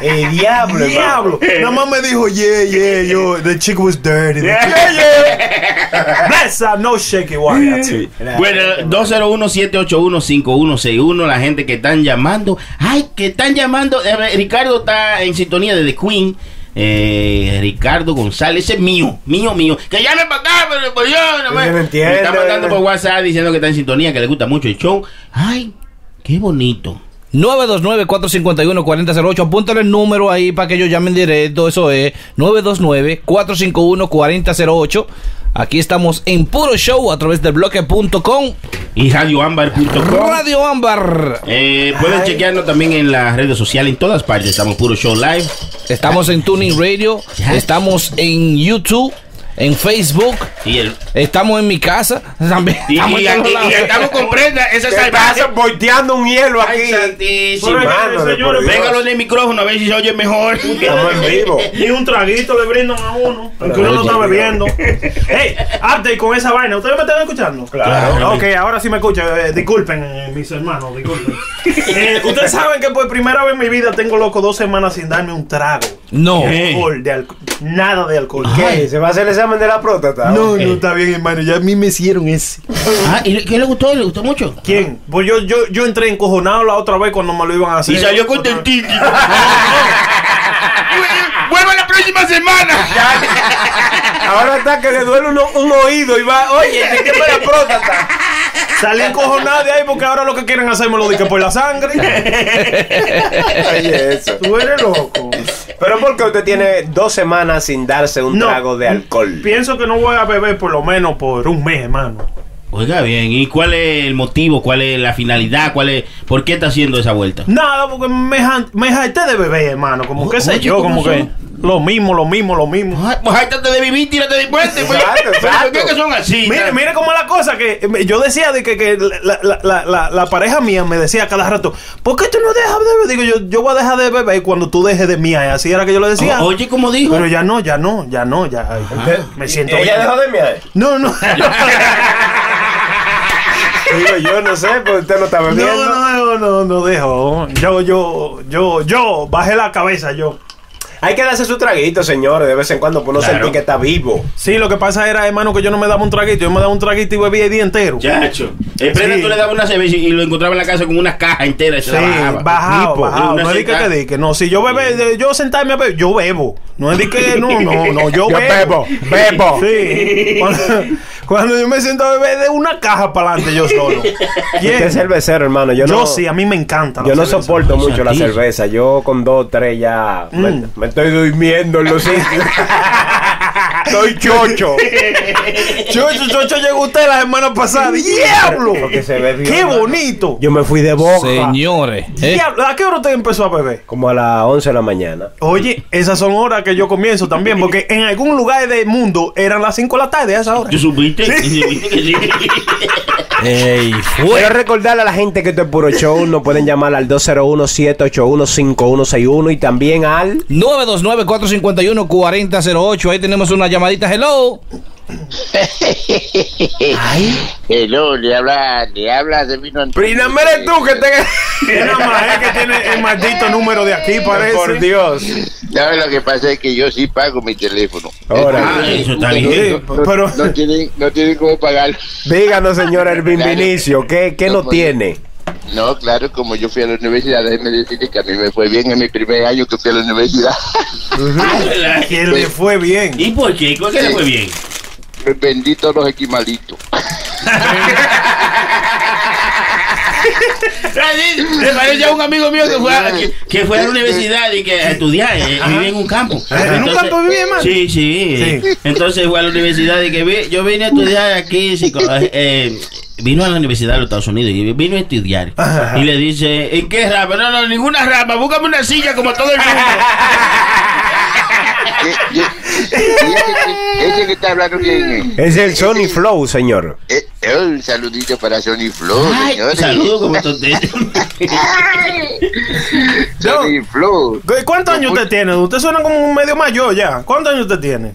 Speaker 11: El diablo,
Speaker 4: Diablo. Nada más me dijo, yeah, yeah, yo, the chick was dirty. The chick- Bless her, no shaky wire.
Speaker 8: Bueno, 201-781-5161, la gente que están llamando. Ay, que están llamando. Eh, eh, Ricardo está en sintonía desde Queen. Eh, Ricardo González, ese es mío, mío, mío. Que llame para acá, pero por Dios, no me,
Speaker 11: Yo no
Speaker 8: me
Speaker 11: entiendo,
Speaker 8: está mandando
Speaker 11: eh.
Speaker 8: por WhatsApp diciendo que está en sintonía, que le gusta mucho el show. Ay, qué bonito.
Speaker 5: 929-451-4008. Apúntale el número ahí para que ellos llamen directo. Eso es 929-451-4008. Aquí estamos en puro show a través de bloque.com
Speaker 8: y radioambar.com.
Speaker 5: Radio Ámbar.
Speaker 8: Eh, pueden chequearnos también en las redes sociales, en todas partes. Estamos puro show live.
Speaker 5: Estamos en Tuning Radio. Estamos en YouTube. En Facebook.
Speaker 8: Y el-
Speaker 5: Estamos en mi casa. También.
Speaker 8: Y,
Speaker 5: estamos en
Speaker 8: y-
Speaker 5: todos
Speaker 8: y-
Speaker 5: lados.
Speaker 8: y estamos con prenda. Esa
Speaker 11: ¿Qué
Speaker 8: salvaje.
Speaker 11: pasa volteando un hielo
Speaker 8: Ay,
Speaker 11: aquí?
Speaker 8: santísimo.
Speaker 11: Por acá, Mano, de señores, por Dios.
Speaker 8: Véngalo en el micrófono a ver si se oye mejor.
Speaker 11: Estamos en vivo.
Speaker 4: Y un traguito le brindan a uno, aunque uno no está bebiendo. Hey, update con esa vaina. ¿Ustedes me están escuchando?
Speaker 11: Claro.
Speaker 4: Ok, ahora sí me escuchan. Eh, disculpen, eh, mis hermanos, disculpen. Eh, Ustedes saben que por primera vez en mi vida tengo loco dos semanas sin darme un trago.
Speaker 5: No.
Speaker 4: De alcohol, de alco- Nada de alcohol. Eh.
Speaker 11: ¿Qué? ¿Se va a hacer el examen de la próstata?
Speaker 4: Oh, No, no, está bien, hermano. Ya a mí me hicieron ese.
Speaker 3: Ah, ¿y qué le gustó? ¿Le gustó mucho?
Speaker 4: ¿Quién? Pues yo, yo, yo entré encojonado la otra vez cuando me lo iban a hacer.
Speaker 8: Y salió contentito. ¡Vuelva la próxima semana!
Speaker 11: Ahora está que le duele uno- un, oído y va, oye, ¿de qué fue la próstata?
Speaker 4: Salí encojonado de ahí porque ahora lo que quieren hacer me lo dije por la sangre.
Speaker 11: Oye, eso.
Speaker 4: Tú eres loco.
Speaker 11: Pero porque usted tiene dos semanas sin darse un
Speaker 4: No.
Speaker 11: trago de alcohol.
Speaker 4: Pienso que no voy a beber por lo menos por un mes, hermano.
Speaker 8: Oiga bien, ¿y cuál es el motivo? ¿Cuál es la finalidad? ¿Cuál es, ¿Por qué está haciendo esa vuelta?
Speaker 4: Nada, porque me, jan- me jacté de beber, hermano. Como qué sé
Speaker 5: oye,
Speaker 4: yo, como
Speaker 5: ¿cómo
Speaker 4: que lo mismo, lo mismo, lo mismo.
Speaker 8: Ay, Pues ahí trate de vivir, tírate de puente. güey.
Speaker 11: Exacto,
Speaker 8: Pero ¿Por qué
Speaker 11: exacto.
Speaker 8: que son así?
Speaker 4: Mire, mire cómo es la cosa que eh, yo decía de que, que la, la- la- la- la pareja mía me decía cada rato, ¿por qué tú no dejas de beber? Digo, yo, yo voy a dejar de beber cuando tú dejes de mí. Así era que yo le decía.
Speaker 8: O- oye, como dijo.
Speaker 4: Pero ya no, ya no, ya no, ya. ay, Me siento.
Speaker 11: Ella
Speaker 4: bien.
Speaker 11: dejó de mirar.
Speaker 4: No, no.
Speaker 11: Digo, yo no sé, porque usted no está bebiendo.
Speaker 4: No, no, no, no, no dejo. Yo, yo, yo, yo, bajé la cabeza yo.
Speaker 11: Hay que darse su traguito, señores, de vez en cuando, pues, por no
Speaker 8: Claro.
Speaker 11: sentir que está vivo.
Speaker 4: Sí, lo que pasa era, hermano, que yo no me daba un traguito. Yo me daba un traguito y bebía el día entero.
Speaker 8: Chacho. El prenda
Speaker 4: Sí.
Speaker 8: tú le dabas una cerveza y lo encontraba en la casa con una caja entera. y
Speaker 4: Sí,
Speaker 8: se la bajaba.
Speaker 4: bajado,
Speaker 8: Tipo,
Speaker 4: bajado.
Speaker 8: una
Speaker 4: No es de que,
Speaker 8: sentada.
Speaker 4: que di que no. Si yo bebé, de- yo sentarme a beber, yo bebo. No es de que no, no, no, yo, bebo.
Speaker 11: bebo.
Speaker 4: Sí. Cuando, cuando yo me siento a beber de una caja para adelante yo solo.
Speaker 11: Usted es
Speaker 4: ¿Quién?
Speaker 11: cervecero, hermano. Yo,
Speaker 4: Yo,
Speaker 11: no,
Speaker 4: sí, a mí me encanta. la
Speaker 11: Yo no
Speaker 4: cerveza.
Speaker 11: soporto
Speaker 8: Ay,
Speaker 11: mucho la
Speaker 8: santísimo.
Speaker 11: cerveza. Yo con dos, tres ya me,
Speaker 4: Mm.
Speaker 11: me estoy durmiendo en los sitios. Soy chocho.
Speaker 4: Chocho, chocho, llegó usted la semana pasada. ¡Diablo!
Speaker 11: Porque se ve bien,
Speaker 4: ¡Qué
Speaker 11: hermano.
Speaker 4: bonito!
Speaker 11: Yo me fui de boca.
Speaker 5: Señores. ¿eh?
Speaker 4: Diablo, ¿a qué hora usted empezó a beber?
Speaker 11: Como a las 11 de la mañana.
Speaker 4: Oye, esas son horas que yo comienzo también, porque en algún lugar del mundo eran las 5 de la tarde a esa hora.
Speaker 8: ¿Tú supiste? ¿Supiste que sí?
Speaker 5: Ey, fue.
Speaker 11: Quiero recordarle a la gente que esto es puro show. Nos pueden llamar al 201-781-5161 y también al.
Speaker 5: 929-451-4008. Ahí tenemos una llamadita. Hello.
Speaker 6: Hello, Eh, le habla, le habla de vino
Speaker 11: eres tú que te.
Speaker 4: Es nada más es que tiene el maldito número de aquí, parece.
Speaker 11: Por Dios.
Speaker 6: ¿Sabes lo que pasa? Es que yo sí pago mi teléfono.
Speaker 11: Ahora.
Speaker 8: Ah, eso está
Speaker 6: Ustedes
Speaker 8: bien.
Speaker 6: no- no-
Speaker 4: Pero-
Speaker 6: no, tienen, no tienen cómo pagar.
Speaker 11: Díganos, señora Ervin
Speaker 6: Claro.
Speaker 11: Vinicio, ¿qué, qué no
Speaker 6: No,
Speaker 11: tiene?
Speaker 6: No, claro, como yo fui a la universidad, déjeme decirle que a mí me fue bien en mi primer año que fui a la universidad.
Speaker 4: Que le fue bien.
Speaker 8: ¿Y por qué? ¿Por qué le fue bien?
Speaker 6: Bendito los equimalitos.
Speaker 8: Así, Me parece a un amigo mío que fue a, que, que fue a la universidad y que a estudiar, eh, y vivía en un campo.
Speaker 4: ¿En un campo vivía, hermano?
Speaker 8: Sí, sí, eh. Entonces fue a la universidad y que vi- yo vine a estudiar aquí psico- eh, Vino a la Universidad de los Estados Unidos y vino a estudiar. Y le dice, ¿en qué rama? No, no, ninguna rama, búscame una silla como todo el mundo.
Speaker 12: Y ese, ese que está hablando, ¿quién
Speaker 11: Es
Speaker 12: es?
Speaker 11: el Sony Flow, señor.
Speaker 12: Eh, eh, un saludito para Sony Flow,
Speaker 8: Ay,
Speaker 12: señores.
Speaker 8: saludo como tontería.
Speaker 12: Sony Flow.
Speaker 4: ¿Cu- ¿Cuántos años usted tiene? Usted suena como un medio mayor ya. ¿Cuántos años usted tiene?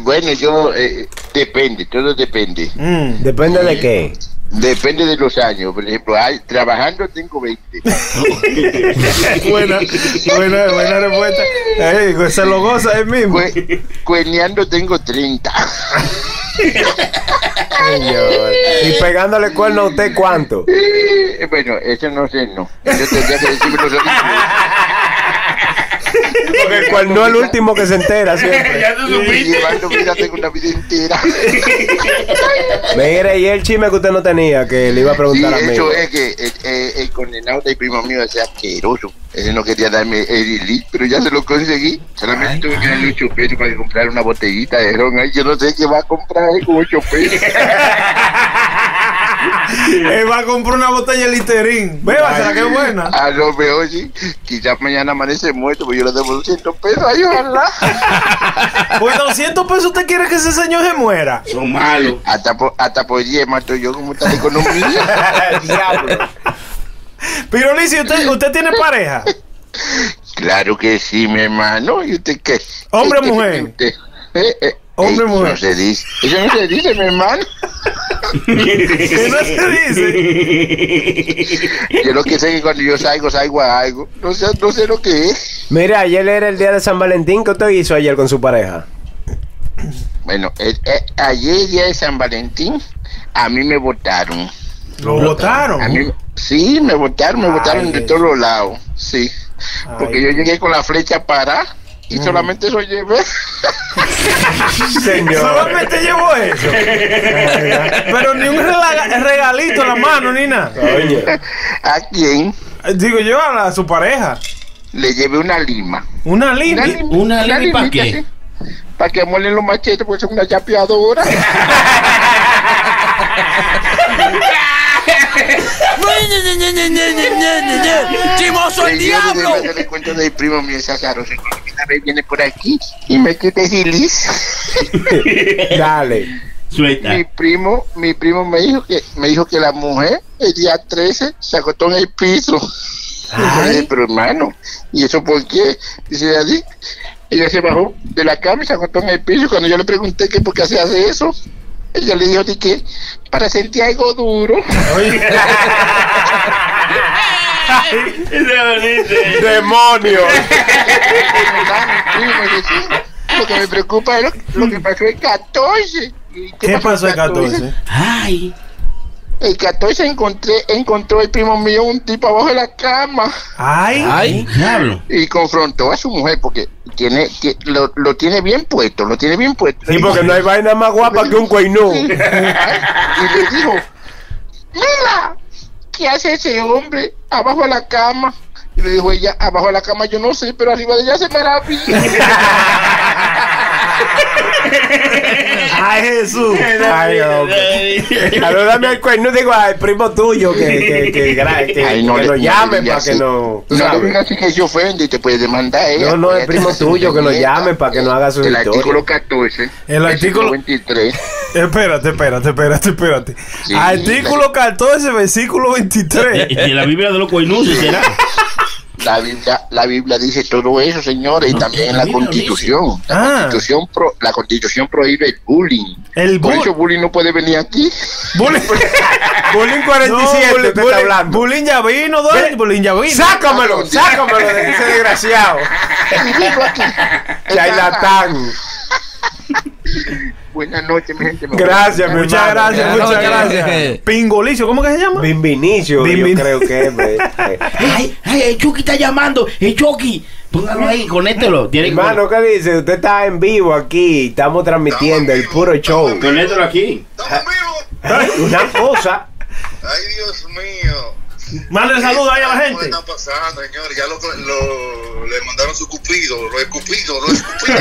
Speaker 12: Bueno, yo eh, depende, todo depende.
Speaker 4: Mm.
Speaker 11: Depende de qué.
Speaker 12: Depende de los años. Por ejemplo, ay, trabajando tengo 20.
Speaker 4: buena, buena, buena respuesta. Ey, pues, se lo goza él mismo.
Speaker 12: Cue- cueneando tengo 30.
Speaker 11: Señor. Y pegándole cuerno a usted, ¿cuánto?
Speaker 12: Eh, bueno, eso no sé, no. Yo tendría que decirlo
Speaker 11: Porque el cuerno es el último que se entera siempre.
Speaker 8: ya tú supiste.
Speaker 12: Llevando vida tengo una vida entera.
Speaker 11: Mire, y el chisme que usted no tenía, que le iba a
Speaker 12: Sí,
Speaker 11: preguntar a mí.
Speaker 12: eso es que eh, eh, el condenado del primo mío es asqueroso. Ese no quería darme el elite, pero ya se lo conseguí. Solamente tuve que darle ocho pesos para comprar una botellita de ron. Ay, yo no sé qué va a comprar eh, con ocho pesos.
Speaker 4: Él va a comprar una botella de Listerín. Bébasela, qué buena.
Speaker 12: A lo mejor sí. Quizás mañana amanece muerto, pues yo le debo 200 pesos. Ay, ojalá.
Speaker 4: Pues 200 pesos usted quiere que ese señor se muera.
Speaker 8: Son malos.
Speaker 12: Hasta por, hasta por 10 mato yo como está la economía.
Speaker 11: Diablo.
Speaker 4: Pirolici, ¿usted, usted tiene pareja.
Speaker 12: Claro que sí, mi hermano. ¿Y usted qué?
Speaker 4: Hombre o mujer.
Speaker 12: Usted- eh, eh,
Speaker 4: Hombre o
Speaker 12: eso
Speaker 4: mujer.
Speaker 12: No se dice. Eso no se dice, mi hermano.
Speaker 4: ¿Qué no se dice?
Speaker 12: Yo lo que sé es que cuando yo salgo, salgo a algo. No sé, no sé lo que es.
Speaker 11: Mira, ayer era el día de San Valentín. ¿Qué usted hizo ayer con su pareja?
Speaker 12: Bueno, eh, eh, ayer día de San Valentín, a mí me votaron.
Speaker 4: Lo votaron.
Speaker 12: A mí, sí, me votaron, me
Speaker 4: Oh. Ay,
Speaker 12: votaron de
Speaker 4: Jesús.
Speaker 12: todos lados. Sí. Porque
Speaker 4: Ay. Mm.
Speaker 12: yo llegué con la flecha para y solamente eso llevé.
Speaker 11: Señor.
Speaker 4: Solamente llevo eso. Pero ni un rela- regalito en la mano, ni nada.
Speaker 11: Oye.
Speaker 12: ¿A quién?
Speaker 4: Digo yo a, la- a su pareja.
Speaker 12: Le llevé una lima.
Speaker 4: Una línea.
Speaker 8: una lima para qué?
Speaker 12: Para que molen los machetes, pues es una chapeadora.
Speaker 13: ¡Chimoso el
Speaker 12: Le llevo de
Speaker 13: diablo!
Speaker 12: verdad, le cuento de mi primo mío Sazaroso. Una vez viene por aquí y me quité feliz.
Speaker 11: Dale.
Speaker 8: Suelta.
Speaker 12: mi primo, mi primo me dijo que me dijo que la mujer el día 13 se acostó en el piso. Y yo le dije, pero hermano, ¿y eso por qué? Dice así. Ella se bajó de la cama y se acostó en el piso. Cuando yo le pregunté que por qué se hace eso, ella le dijo, "Di que Para sentir algo duro.
Speaker 11: ¡Demonio!
Speaker 12: Primo, yo, "Sí, lo que me preocupa es lo, lo que pasó el 14. ¿Y
Speaker 4: ¿Qué pasó el 14?
Speaker 8: Ay.
Speaker 12: El 14 encontré, encontró el primo mío un tipo abajo de la cama.
Speaker 4: Ay.
Speaker 6: Ay,
Speaker 8: Diablo.
Speaker 12: y confrontó a su mujer porque tiene, ti- lo, lo tiene bien puesto, lo tiene bien puesto.
Speaker 11: Sí, porque no hay vaina más guapa que un cueinú.
Speaker 12: Sí. y le dijo, mira, ¿qué hace ese hombre abajo de la cama? Y le dijo ella, abajo de la cama yo no sé, pero arriba de ella se maravilla.
Speaker 4: Ay, Jesús.
Speaker 11: Ay, hombre. Salúdame al cuerno, digo al primo tuyo que, que, que, gra- que- que
Speaker 12: Ay, le-
Speaker 11: lo llamen para que
Speaker 12: le diga pues, así.
Speaker 11: no. tú
Speaker 12: No le
Speaker 11: sabes.
Speaker 12: digas así que se ofende y te puede demandar eh, ella.
Speaker 11: No, no, es primo tuyo, que lo llame para que no haga su
Speaker 12: El
Speaker 11: historia.
Speaker 12: artículo 14.
Speaker 4: El artículo-
Speaker 12: 23.
Speaker 4: Espérate, espérate, espérate, espérate.
Speaker 12: Sí.
Speaker 4: Artículo 14, versículo 23.
Speaker 8: De la Biblia de los coinuses será.
Speaker 12: La Biblia, la Biblia dice todo eso, señores, y
Speaker 8: No,
Speaker 12: también
Speaker 8: la
Speaker 12: la,
Speaker 8: Biblia lo
Speaker 12: Constitución. La,
Speaker 4: Ah.
Speaker 12: constitución pro- la Constitución prohíbe el bullying.
Speaker 4: El
Speaker 12: Por
Speaker 4: bu-
Speaker 12: eso bullying no puede venir aquí.
Speaker 4: bullying.
Speaker 11: Bullyn 47,
Speaker 4: No, bullying-
Speaker 11: usted
Speaker 4: bullying-
Speaker 11: está hablando.
Speaker 4: Bullying ya vino, Don.
Speaker 11: Ve-
Speaker 4: Bullying ya vino.
Speaker 11: Sácamelo, sácamelo de ese desgraciado. Charlatán.
Speaker 12: Buenas noches, mi gente. Me voy.
Speaker 11: Gracias, mi
Speaker 4: Muchas
Speaker 11: hermano.
Speaker 4: gracias,
Speaker 6: Ya,
Speaker 4: muchas
Speaker 6: no, ya, ya.
Speaker 4: gracias. Pingolicio, ¿cómo que se llama?
Speaker 11: Bimbinicio,
Speaker 4: Bimbin-
Speaker 11: yo creo que es. ve. Eh,
Speaker 8: Ay, ay, el Chucky está llamando. El Chucky. Póngalo ahí, conéctelo. Tiene que-
Speaker 11: Hermano, ¿qué dice? Usted está en vivo aquí, estamos transmitiendo el puro show.
Speaker 8: Conéctelo aquí.
Speaker 11: Una cosa.
Speaker 12: Ay, Dios mío.
Speaker 4: Mande saludos ahí a la gente.
Speaker 14: está pasando, señor? Ya lo, lo- le mandaron su cupido, lo escupido, lo escupido.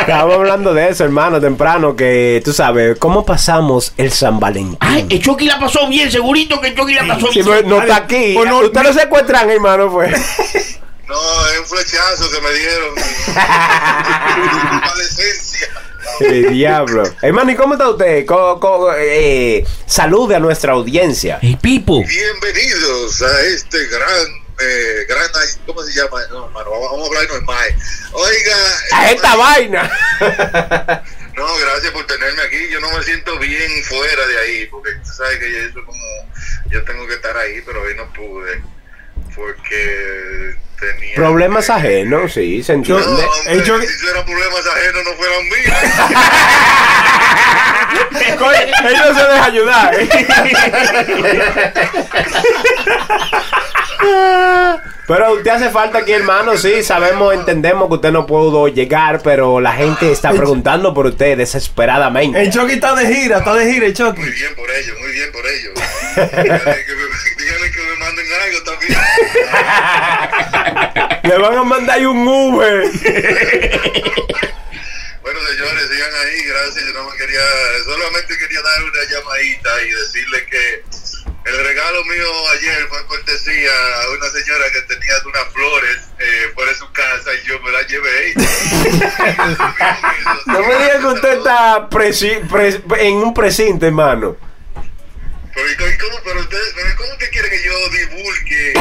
Speaker 11: Estábamos hablando de eso, hermano, temprano, que tú sabes, ¿cómo pasamos el San Valentín?
Speaker 8: Ay, el Chucky la pasó bien, segurito que el Chucky la pasó
Speaker 11: Sí, pues,
Speaker 8: bien.
Speaker 11: pero no está aquí. Usted lo secuestran, hermano, pues.
Speaker 14: no, es un flechazo que me dieron.
Speaker 11: El diablo. Hermano, ¿y cómo está usted? Co- co- eh, salude a nuestra audiencia.
Speaker 8: El Pipo.
Speaker 14: Bienvenidos a este gran, eh, gran, ay, ¿cómo se llama? No, hermano, vamos vamos a hablar normal. Oiga,
Speaker 11: A esta vaina.
Speaker 14: no, gracias por tenerme aquí. Yo no me siento bien fuera de ahí, porque tú sabes que eso como, yo tengo que estar ahí, pero hoy no pude, porque tenía...
Speaker 11: Problemas ajenos, sí, se
Speaker 14: No,
Speaker 11: entiende.
Speaker 14: hombre, si fueran problemas ajenos no fueran míos.
Speaker 11: Él no se deja ayudar. Pero usted hace falta aquí, hermano. Sí, sabemos, entendemos que usted no pudo llegar, pero la gente está preguntando por usted desesperadamente.
Speaker 4: El Chucky está de gira, está de gira el Chucky.
Speaker 14: Muy bien por ellos, muy bien por ellos. Díganle que me, díganle que me manden algo también.
Speaker 11: Le van a mandar ahí un Uber.
Speaker 14: Bueno, señores, sigan ahí, gracias. Yo no me quería, solamente quería dar una llamadita y decirle que el regalo mío ayer fue cortesía a una señora que tenía unas flores eh, fuera de su casa y yo me las llevé.
Speaker 11: No me diga que usted está presi- pres- en un precinto, hermano.
Speaker 14: Pero, ¿y cómo- y cómo- pero ustedes, pero ¿cómo que quieren que yo divulgue?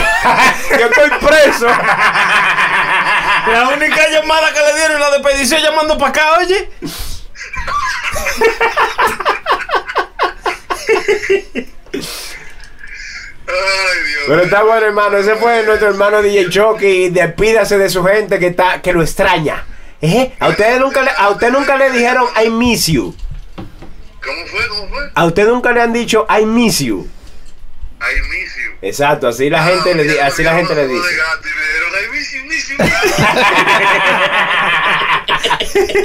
Speaker 11: Yo estoy preso.
Speaker 4: La única llamada que le dieron es la de petición llamando para acá, oye.
Speaker 11: Pero está bueno, hermano. Ese fue nuestro hermano DJ Chucky. Despídase de su gente que está que lo extraña. ¿Eh? A ustedes nunca le, a usted nunca le dijeron I miss you.
Speaker 14: ¿Cómo fue? ¿Cómo fue?
Speaker 11: A usted nunca le han dicho I miss you.
Speaker 14: I miss you.
Speaker 11: Exacto, así
Speaker 14: Ah,
Speaker 11: la gente le di- así la gente le dice.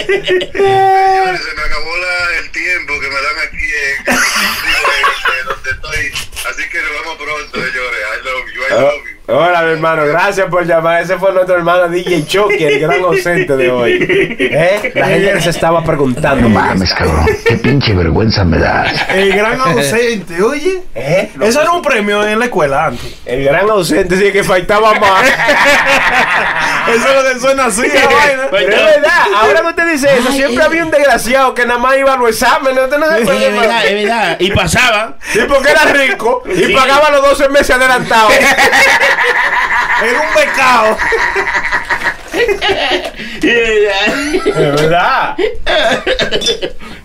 Speaker 14: Señores, se me acabó la- el tiempo que me dan aquí en, en- en- en donde estoy. Así que nos vemos pronto, señores. I love you, I
Speaker 11: Oh,
Speaker 14: love you.
Speaker 11: Hola, mi hermano, gracias por llamar. Ese fue nuestro hermano DJ Chucky, el gran ausente de hoy. ¿Eh? La gente que se estaba preguntando. pues. Mames, cabrón.
Speaker 15: Qué pinche vergüenza me da.
Speaker 4: El gran ausente, oye.
Speaker 11: ¿Eh?
Speaker 4: Eso era un premio en la escuela antes.
Speaker 11: El gran ausente, sí, que faltaba más.
Speaker 4: Eso es lo que suena así, la vaina.
Speaker 11: Pero es verdad, ahora que usted dice eso, siempre había un desgraciado que nada más iba a los exámenes. Usted no se
Speaker 8: Es
Speaker 11: puede
Speaker 8: verdad,
Speaker 11: llamar.
Speaker 8: es verdad. Y pasaba.
Speaker 11: Y porque era rico y
Speaker 8: Sí.
Speaker 11: pagaba los 12 meses adelantados.
Speaker 4: Era un pecado.
Speaker 8: Es
Speaker 11: verdad.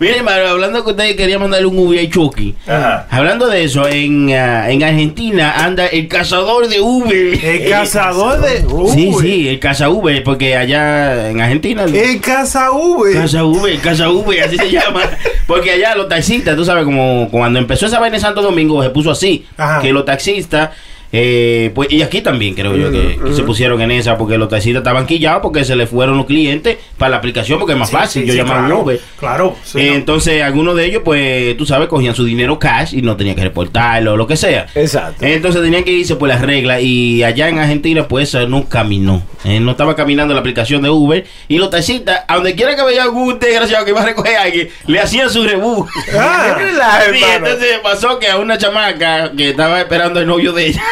Speaker 8: Mire, hermano, hablando que usted quería mandarle un ubi a Chucky.
Speaker 11: Ajá.
Speaker 8: Hablando de eso, en, ah, en Argentina anda el cazador de Uber.
Speaker 4: El cazador de Uber.
Speaker 8: Sí, sí, el caza Uber, porque allá en Argentina.
Speaker 4: El casa V.
Speaker 8: Casa V, Casa V, así se llama. Porque allá los taxistas, tú sabes, como cuando empezó esa vaina en Santo Domingo, se puso así.
Speaker 4: Ajá.
Speaker 8: Que los taxistas, eh, pues, y aquí también creo yo que, que se pusieron en esa, porque los taxistas estaban quillados porque se les fueron los clientes para la aplicación, porque es más
Speaker 4: Sí,
Speaker 8: fácil.
Speaker 4: sí,
Speaker 8: yo
Speaker 4: sí,
Speaker 8: llamaba a un
Speaker 4: claro,
Speaker 8: Uber.
Speaker 4: Claro.
Speaker 8: Eh, Entonces, algunos de ellos, pues, tú sabes, cogían su dinero cash y no tenían que reportarlo o lo que sea.
Speaker 11: Exacto.
Speaker 8: Entonces tenían que irse por las reglas y allá en Argentina, pues, eh, no caminó. Eh, no estaba caminando la aplicación de Uber y los taxistas, a donde quiera que veía algún desgraciado que iba a recoger a alguien, le hacían su rebú.
Speaker 11: Ah, qué relajo,
Speaker 8: Sí,
Speaker 11: hermano.
Speaker 8: entonces pasó que a una chamaca que estaba esperando el novio de ella.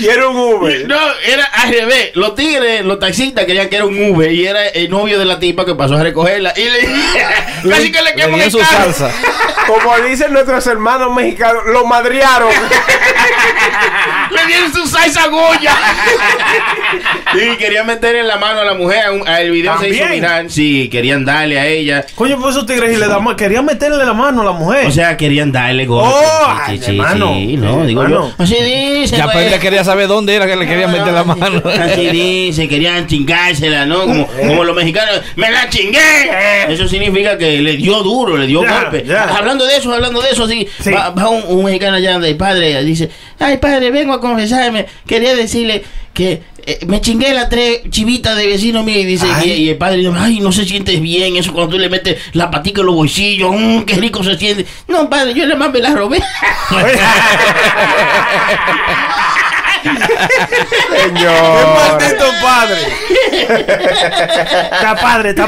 Speaker 11: Y era un Uber.
Speaker 4: Pues.
Speaker 8: No, era al revés. Los tigres, los taxistas creían que era un Uber y era el novio de la tipa que pasó a recogerla. Y le casi que le queman el carro.
Speaker 11: Como dicen nuestros hermanos mexicanos, lo madriaron.
Speaker 8: Le dieron su salsa Goya. y querían meter en la mano a la mujer. a un- a El video se hizo
Speaker 4: También.
Speaker 8: viral. Sí, querían darle a ella.
Speaker 4: Coño, pues esos tigres y le da ma- Querían meterle la mano a la mujer.
Speaker 8: O sea, querían darle golpe.
Speaker 4: Oh,
Speaker 8: Sí,
Speaker 4: ay,
Speaker 8: sí, sí,
Speaker 4: hermano.
Speaker 8: sí, no, digo
Speaker 4: Hermano.
Speaker 8: yo. Así dice.
Speaker 5: Ya
Speaker 8: pues.
Speaker 5: Pedro quería saber dónde era que le querían meter la mano.
Speaker 8: Así dice, querían chingársela, ¿no? Como, como los mexicanos, ¡me la chingué! Eso significa que le dio duro, le dio
Speaker 4: Ya,
Speaker 8: golpe.
Speaker 4: ya.
Speaker 8: Hablando de eso, hablando de eso, sí,
Speaker 4: Sí.
Speaker 8: Va, va un, un mexicano allá donde el padre dice, ¡ay, padre, vengo a con- señores, ¿sabe? Me- quería decirle que eh, me chingué las tres chivitas de vecino mío y dice, y, y el padre dice, ay, no se sientes bien eso cuando tú le metes la patica en los bolsillos, mm, qué rico se siente. No, padre, yo nada más me la robé.
Speaker 4: Señor. ¡Qué maldito padre! está padre, está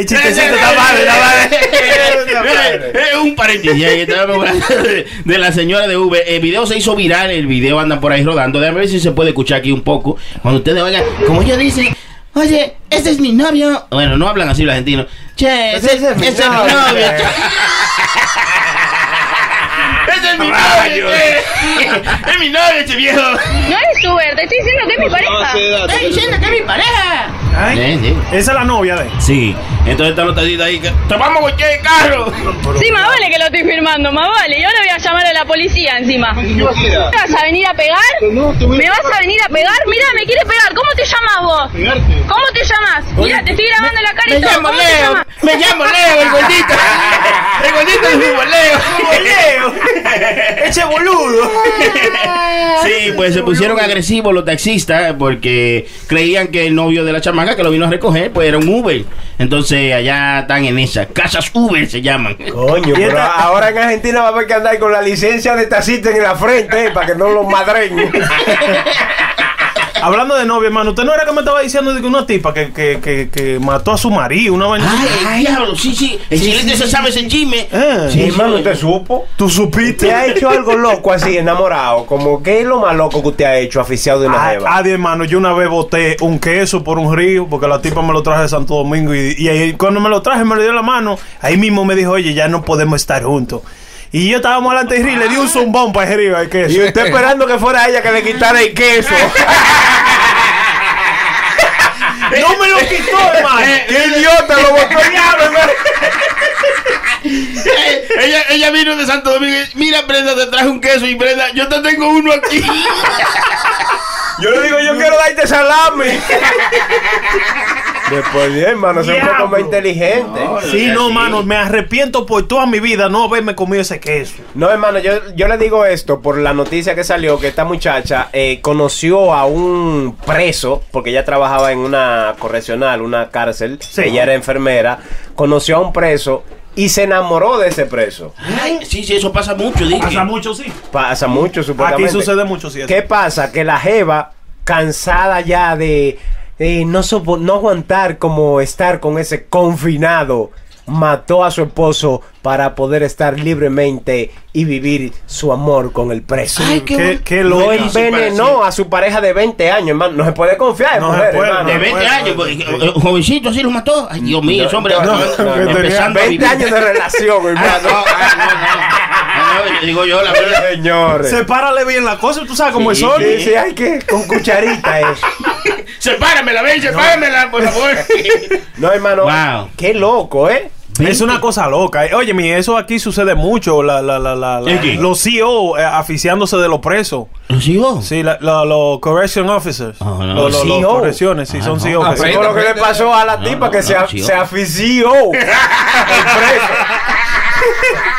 Speaker 4: el Chistecito, está padre, está padre.
Speaker 8: Es un paréntesis ahí, estaba hablando de, de la señora de V. El video se hizo viral, el video anda por ahí rodando. Déjame ver si se puede escuchar aquí un poco. Cuando ustedes oigan, como yo dicen, oye, ese es mi novio. Bueno, no hablan así los argentinos. Che,
Speaker 4: Pues
Speaker 8: ese, ese es mi novio. che. Ese es mi novio, che. Es mi novio, este viejo.
Speaker 16: No eres tú, te estoy diciendo que es mi pareja. Estoy diciendo que es mi pareja.
Speaker 4: Esa es la novia de
Speaker 8: Sí, entonces están los taditos ahí. que, ¡Te vamos a golpear el carro!
Speaker 16: Sí, más vale que lo estoy firmando, más vale. Y ahora voy a llamar a la policía encima. ¿Me vas a venir a pegar? ¿Me vas a venir a pegar? Mira, me quiere pegar. ¿Cómo te llamas vos? ¿Cómo te llamas? Mira, te estoy grabando la cara y todo. ¿Cómo te llamas?
Speaker 8: Me llamo Leo, el gordito. El gordito de fútbol,
Speaker 4: Leo. Ese boludo.
Speaker 8: Sí, pues se pusieron agresivos los taxistas eh, porque creían que el novio de la chamaca que lo vino a recoger, pues era un Uber. Entonces allá están en esa. Casas Uber se llaman.
Speaker 11: Coño, pero ahora en Argentina va a haber que andar con la licencia de tacita en la frente, eh, para que no lo madren.
Speaker 4: Hablando de novia, hermano, usted no era que me estaba diciendo de que una tipa que, que, que, que mató a su marido, una vaina.
Speaker 8: Ay,
Speaker 4: así?
Speaker 8: diablo, sí, sí. El
Speaker 4: Sí,
Speaker 8: chilete
Speaker 4: sí,
Speaker 8: se
Speaker 4: sí.
Speaker 8: sabe ese chisme.
Speaker 4: Eh.
Speaker 11: Sí, hermano, ¿usted supo?
Speaker 4: ¿Tú supiste?
Speaker 11: ¿Te ha hecho algo loco así, enamorado? Como, ¿qué es lo más loco que usted ha hecho, aficiado de una
Speaker 4: Ay,
Speaker 11: jeva?
Speaker 4: Adi, Ah, hermano, yo una vez boté un queso por un río porque la tipa me lo traje de Santo Domingo y, y ahí, cuando me lo traje me lo dio en la mano. Ahí mismo me dijo, oye, ya no podemos estar juntos. Y yo estábamos delante del río y le di un zumbón para el río al queso.
Speaker 11: Y eh. usted esperando que fuera ella que le quitara el queso.
Speaker 4: ¡No me lo quitó, hermano!
Speaker 11: ¡Qué idiota! ¡Lo botó el diablo, hermano!
Speaker 8: Eh, ella, ella vino de Santo Domingo y dice, mira Brenda, te traje un queso y Brenda, yo te tengo uno aquí.
Speaker 11: Yo le digo, yo quiero darte salami. Después bien, hermano, soy un poco más inteligente.
Speaker 4: Sí, no, mano, me arrepiento por toda mi vida no haberme comido ese queso.
Speaker 11: No, hermano, yo, yo le digo esto por la noticia que salió que esta muchacha eh, conoció a un preso, porque ella trabajaba en una correccional, una cárcel, ella era enfermera, conoció a un preso y se enamoró de ese preso.
Speaker 8: Ay, sí, sí, eso pasa mucho, dije.
Speaker 4: Pasa mucho, sí.
Speaker 11: Pasa mucho, supuestamente.
Speaker 4: Aquí sucede mucho, sí.
Speaker 11: ¿Qué pasa? Que la jeva, cansada ya de, de no, sopo- no aguantar como estar con ese confinado, mató a su esposo para poder estar libremente y vivir su amor con el preso.
Speaker 8: Ay, qué Qué- bu- qué
Speaker 11: Lo
Speaker 8: loca.
Speaker 11: envenenó a su pareja de 20 años, hermano. No se puede confiar, en
Speaker 4: No se
Speaker 11: mujeres,
Speaker 4: puede,
Speaker 11: hermano.
Speaker 8: De 20 años, pues, eh, jovencito así lo mató. Ay, Dios mío, ese hombre.
Speaker 11: No, no, no, que tenía
Speaker 8: empezando a
Speaker 11: 20
Speaker 8: vivir.
Speaker 11: años de relación,
Speaker 8: Ah,
Speaker 11: hermano.
Speaker 8: no, ah, no, no, no, no, yo digo yo, la verdad.
Speaker 11: Señores.
Speaker 4: Sepárale bien la cosa, tú sabes cómo
Speaker 11: Sí,
Speaker 4: es Sony.
Speaker 11: sí, sí, hay que con cucharita es.
Speaker 8: Sepáramela, ven, sepáramela, por favor.
Speaker 11: No, hermano.
Speaker 8: Wow.
Speaker 11: Qué loco, ¿eh?
Speaker 4: Es una cosa loca. Eh, Oye, mi, eso aquí sucede mucho. La, la, la, la, la-
Speaker 8: ¿El qué?
Speaker 4: los CEO eh, aficiándose de los presos.
Speaker 8: ¿Los hijos?
Speaker 4: Sí, la- la- los correction officers.
Speaker 8: Ah, no.
Speaker 4: Los- los, los
Speaker 11: CEO.
Speaker 4: correcciones, sí,
Speaker 8: Ah,
Speaker 4: son E
Speaker 8: no.
Speaker 4: CEO.
Speaker 11: Así como lo que le pasó a la
Speaker 8: No,
Speaker 11: tipa
Speaker 8: no,
Speaker 11: que
Speaker 8: no,
Speaker 11: se, a-
Speaker 8: sí,
Speaker 11: se
Speaker 8: oh.
Speaker 11: afició. El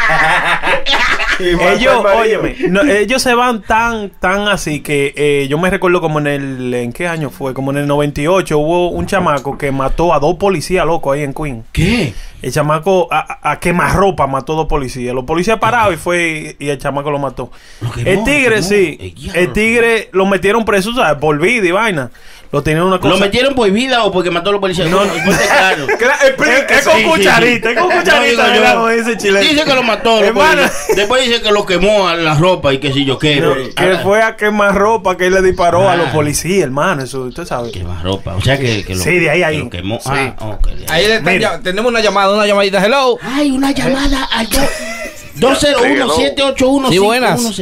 Speaker 11: preso. Y mató al
Speaker 4: ellos,
Speaker 11: marido.
Speaker 4: óyeme, no, ellos se van tan, tan así que eh, yo me recuerdo como en el, ¿en qué año fue? Como en el 98 hubo un chamaco que mató a dos policías locos ahí en Queen.
Speaker 8: ¿Qué?
Speaker 4: El chamaco a, a quemarropa mató a dos policías. Los policías pararon y fue y el chamaco lo mató.
Speaker 8: Lo quemó,
Speaker 4: el tigre,
Speaker 8: lo quemó.
Speaker 4: sí.
Speaker 8: El diablo.
Speaker 4: El tigre lo metieron preso, ¿sabes? Por vida y vaina. Lo tenían una cosa.
Speaker 8: ¿Lo metieron por vida o porque mató a los policías? No, no, ponte claro.
Speaker 11: Cla- explica.
Speaker 4: Es con
Speaker 8: Sí, sí,
Speaker 4: cucharita,
Speaker 8: sí.
Speaker 4: es con
Speaker 8: No,
Speaker 4: cucharita,
Speaker 8: digo yo.
Speaker 4: mira, como dice el chileno.
Speaker 8: Dice que lo mató. lo
Speaker 4: Hermano.
Speaker 8: policía. Después dice que lo quemó a la ropa y que si yo qué.
Speaker 4: No,
Speaker 8: pero-
Speaker 4: que
Speaker 8: ah,
Speaker 4: fue a quemar ropa que él le disparó a los
Speaker 8: Ah.
Speaker 4: policías, hermano. Eso, usted sabe.
Speaker 8: Quemar ropa. O sea que, que lo,
Speaker 4: Sí, de ahí,
Speaker 8: que
Speaker 4: ahí.
Speaker 8: lo quemó.
Speaker 4: Sí.
Speaker 8: Ah, ok. de ahí.
Speaker 5: Ahí le están
Speaker 4: Mira.
Speaker 5: ya- tenemos una llamada, una llamadita. Hello.
Speaker 8: Ay, una llamada al do- 201-781-5161.
Speaker 5: Sí, buenas.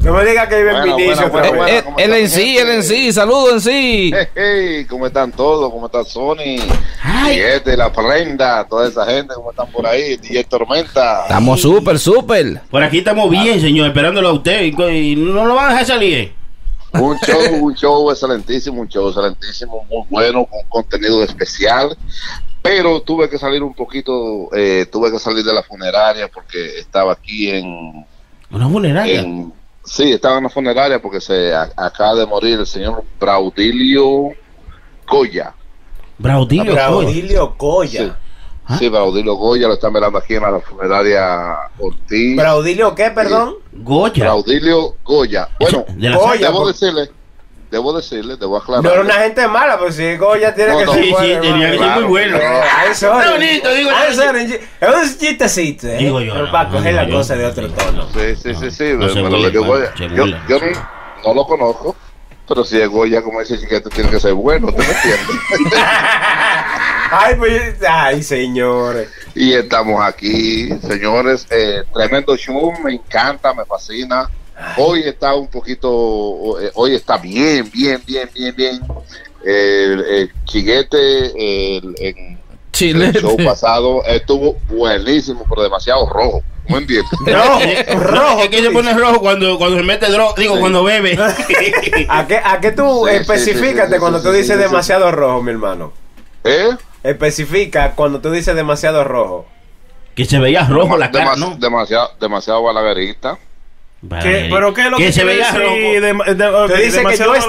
Speaker 11: No me diga que vive en
Speaker 12: Bueno,
Speaker 11: Vinicio
Speaker 12: bueno,
Speaker 11: otra
Speaker 12: bueno,
Speaker 11: vez.
Speaker 5: Eh,
Speaker 12: ¿cómo
Speaker 5: él
Speaker 12: está,
Speaker 5: en
Speaker 12: mi
Speaker 5: sí,
Speaker 4: este
Speaker 5: él
Speaker 12: gente?
Speaker 5: en sí. Saludos en sí.
Speaker 4: Eh.
Speaker 12: Hey, hey, ¿cómo están todos? ¿Cómo está Sony?
Speaker 8: Ay.
Speaker 12: Siete, la prenda, toda esa gente, ¿cómo están por ahí? DJ Tormenta.
Speaker 5: Estamos súper, súper.
Speaker 8: Por aquí estamos bien, señor, esperándolo a usted. Y, co- y no lo van a dejar salir. eh.
Speaker 12: Un show, un show excelentísimo, un show excelentísimo, muy bueno, con contenido especial. Pero tuve que salir un poquito, eh, tuve que salir de la funeraria porque estaba aquí en,
Speaker 8: Una funeraria.
Speaker 12: en Sí, estaba en la funeraria porque se a- acaba de morir el señor Braudilio Goya.
Speaker 8: Braudilio.
Speaker 11: Braudilio Goya. Ah.
Speaker 12: Sí, Braudilio Goya lo están velando aquí en la funeraria Ortiz.
Speaker 11: ¿Braudilio qué, perdón?
Speaker 8: Goya.
Speaker 12: Braudilio Goya. Bueno,
Speaker 11: de la Goya,
Speaker 12: debo
Speaker 11: por-
Speaker 12: decirle, debo decirle, debo aclarar.
Speaker 11: No era una gente mala, pues, pero si Goya tiene
Speaker 12: No,
Speaker 11: que
Speaker 12: no.
Speaker 11: ser
Speaker 12: Sí, sí,
Speaker 11: bueno.
Speaker 12: tenía que ser muy bueno.
Speaker 11: Ay, sorry.
Speaker 12: Está bonito, digo
Speaker 11: Ay,
Speaker 12: yo.
Speaker 11: sorry. Es un chistecito, ¿eh?
Speaker 12: Digo yo,
Speaker 11: Pero para
Speaker 12: no,
Speaker 11: coger
Speaker 12: digo
Speaker 11: la
Speaker 12: yo.
Speaker 11: cosa de otro tono.
Speaker 12: Sí, sí, sí, sí.
Speaker 11: No se
Speaker 12: pero
Speaker 11: burla,
Speaker 12: yo,
Speaker 11: hermano,
Speaker 12: Goya-
Speaker 11: se
Speaker 12: yo-
Speaker 11: burla.
Speaker 12: yo no, no lo conozco, pero si es Goya, como dice Chiquete, tiene que ser bueno, ¿te me entiendes?
Speaker 11: Ay, pues, ay, señores.
Speaker 12: Y estamos aquí, señores. eh, tremendo show, me encanta, me fascina. Hoy está un poquito, eh, hoy está bien, bien, bien, bien, bien. El, el Chiguete el- en el show pasado estuvo buenísimo, pero demasiado rojo. ¿Me entiendes?
Speaker 8: rojo. Es que se pone rojo cuando, cuando se mete droga. Digo, cuando bebe.
Speaker 11: ¿A qué, a qué tú
Speaker 8: Sí, sí,
Speaker 11: especificate
Speaker 8: sí, sí,
Speaker 11: cuando
Speaker 8: sí,
Speaker 11: tú
Speaker 8: sí,
Speaker 11: dices
Speaker 8: sí, sí.
Speaker 11: demasiado rojo, mi hermano?
Speaker 12: ¿Eh?
Speaker 11: Especifica cuando tú dices demasiado rojo.
Speaker 8: Que se veía rojo la cara, ¿no?
Speaker 12: Demasiado, demasiado balaguerista.
Speaker 8: Ah,
Speaker 4: ¿Qué? ¿Pero qué es lo que, te dice? de- de- ok, demasiado blanco.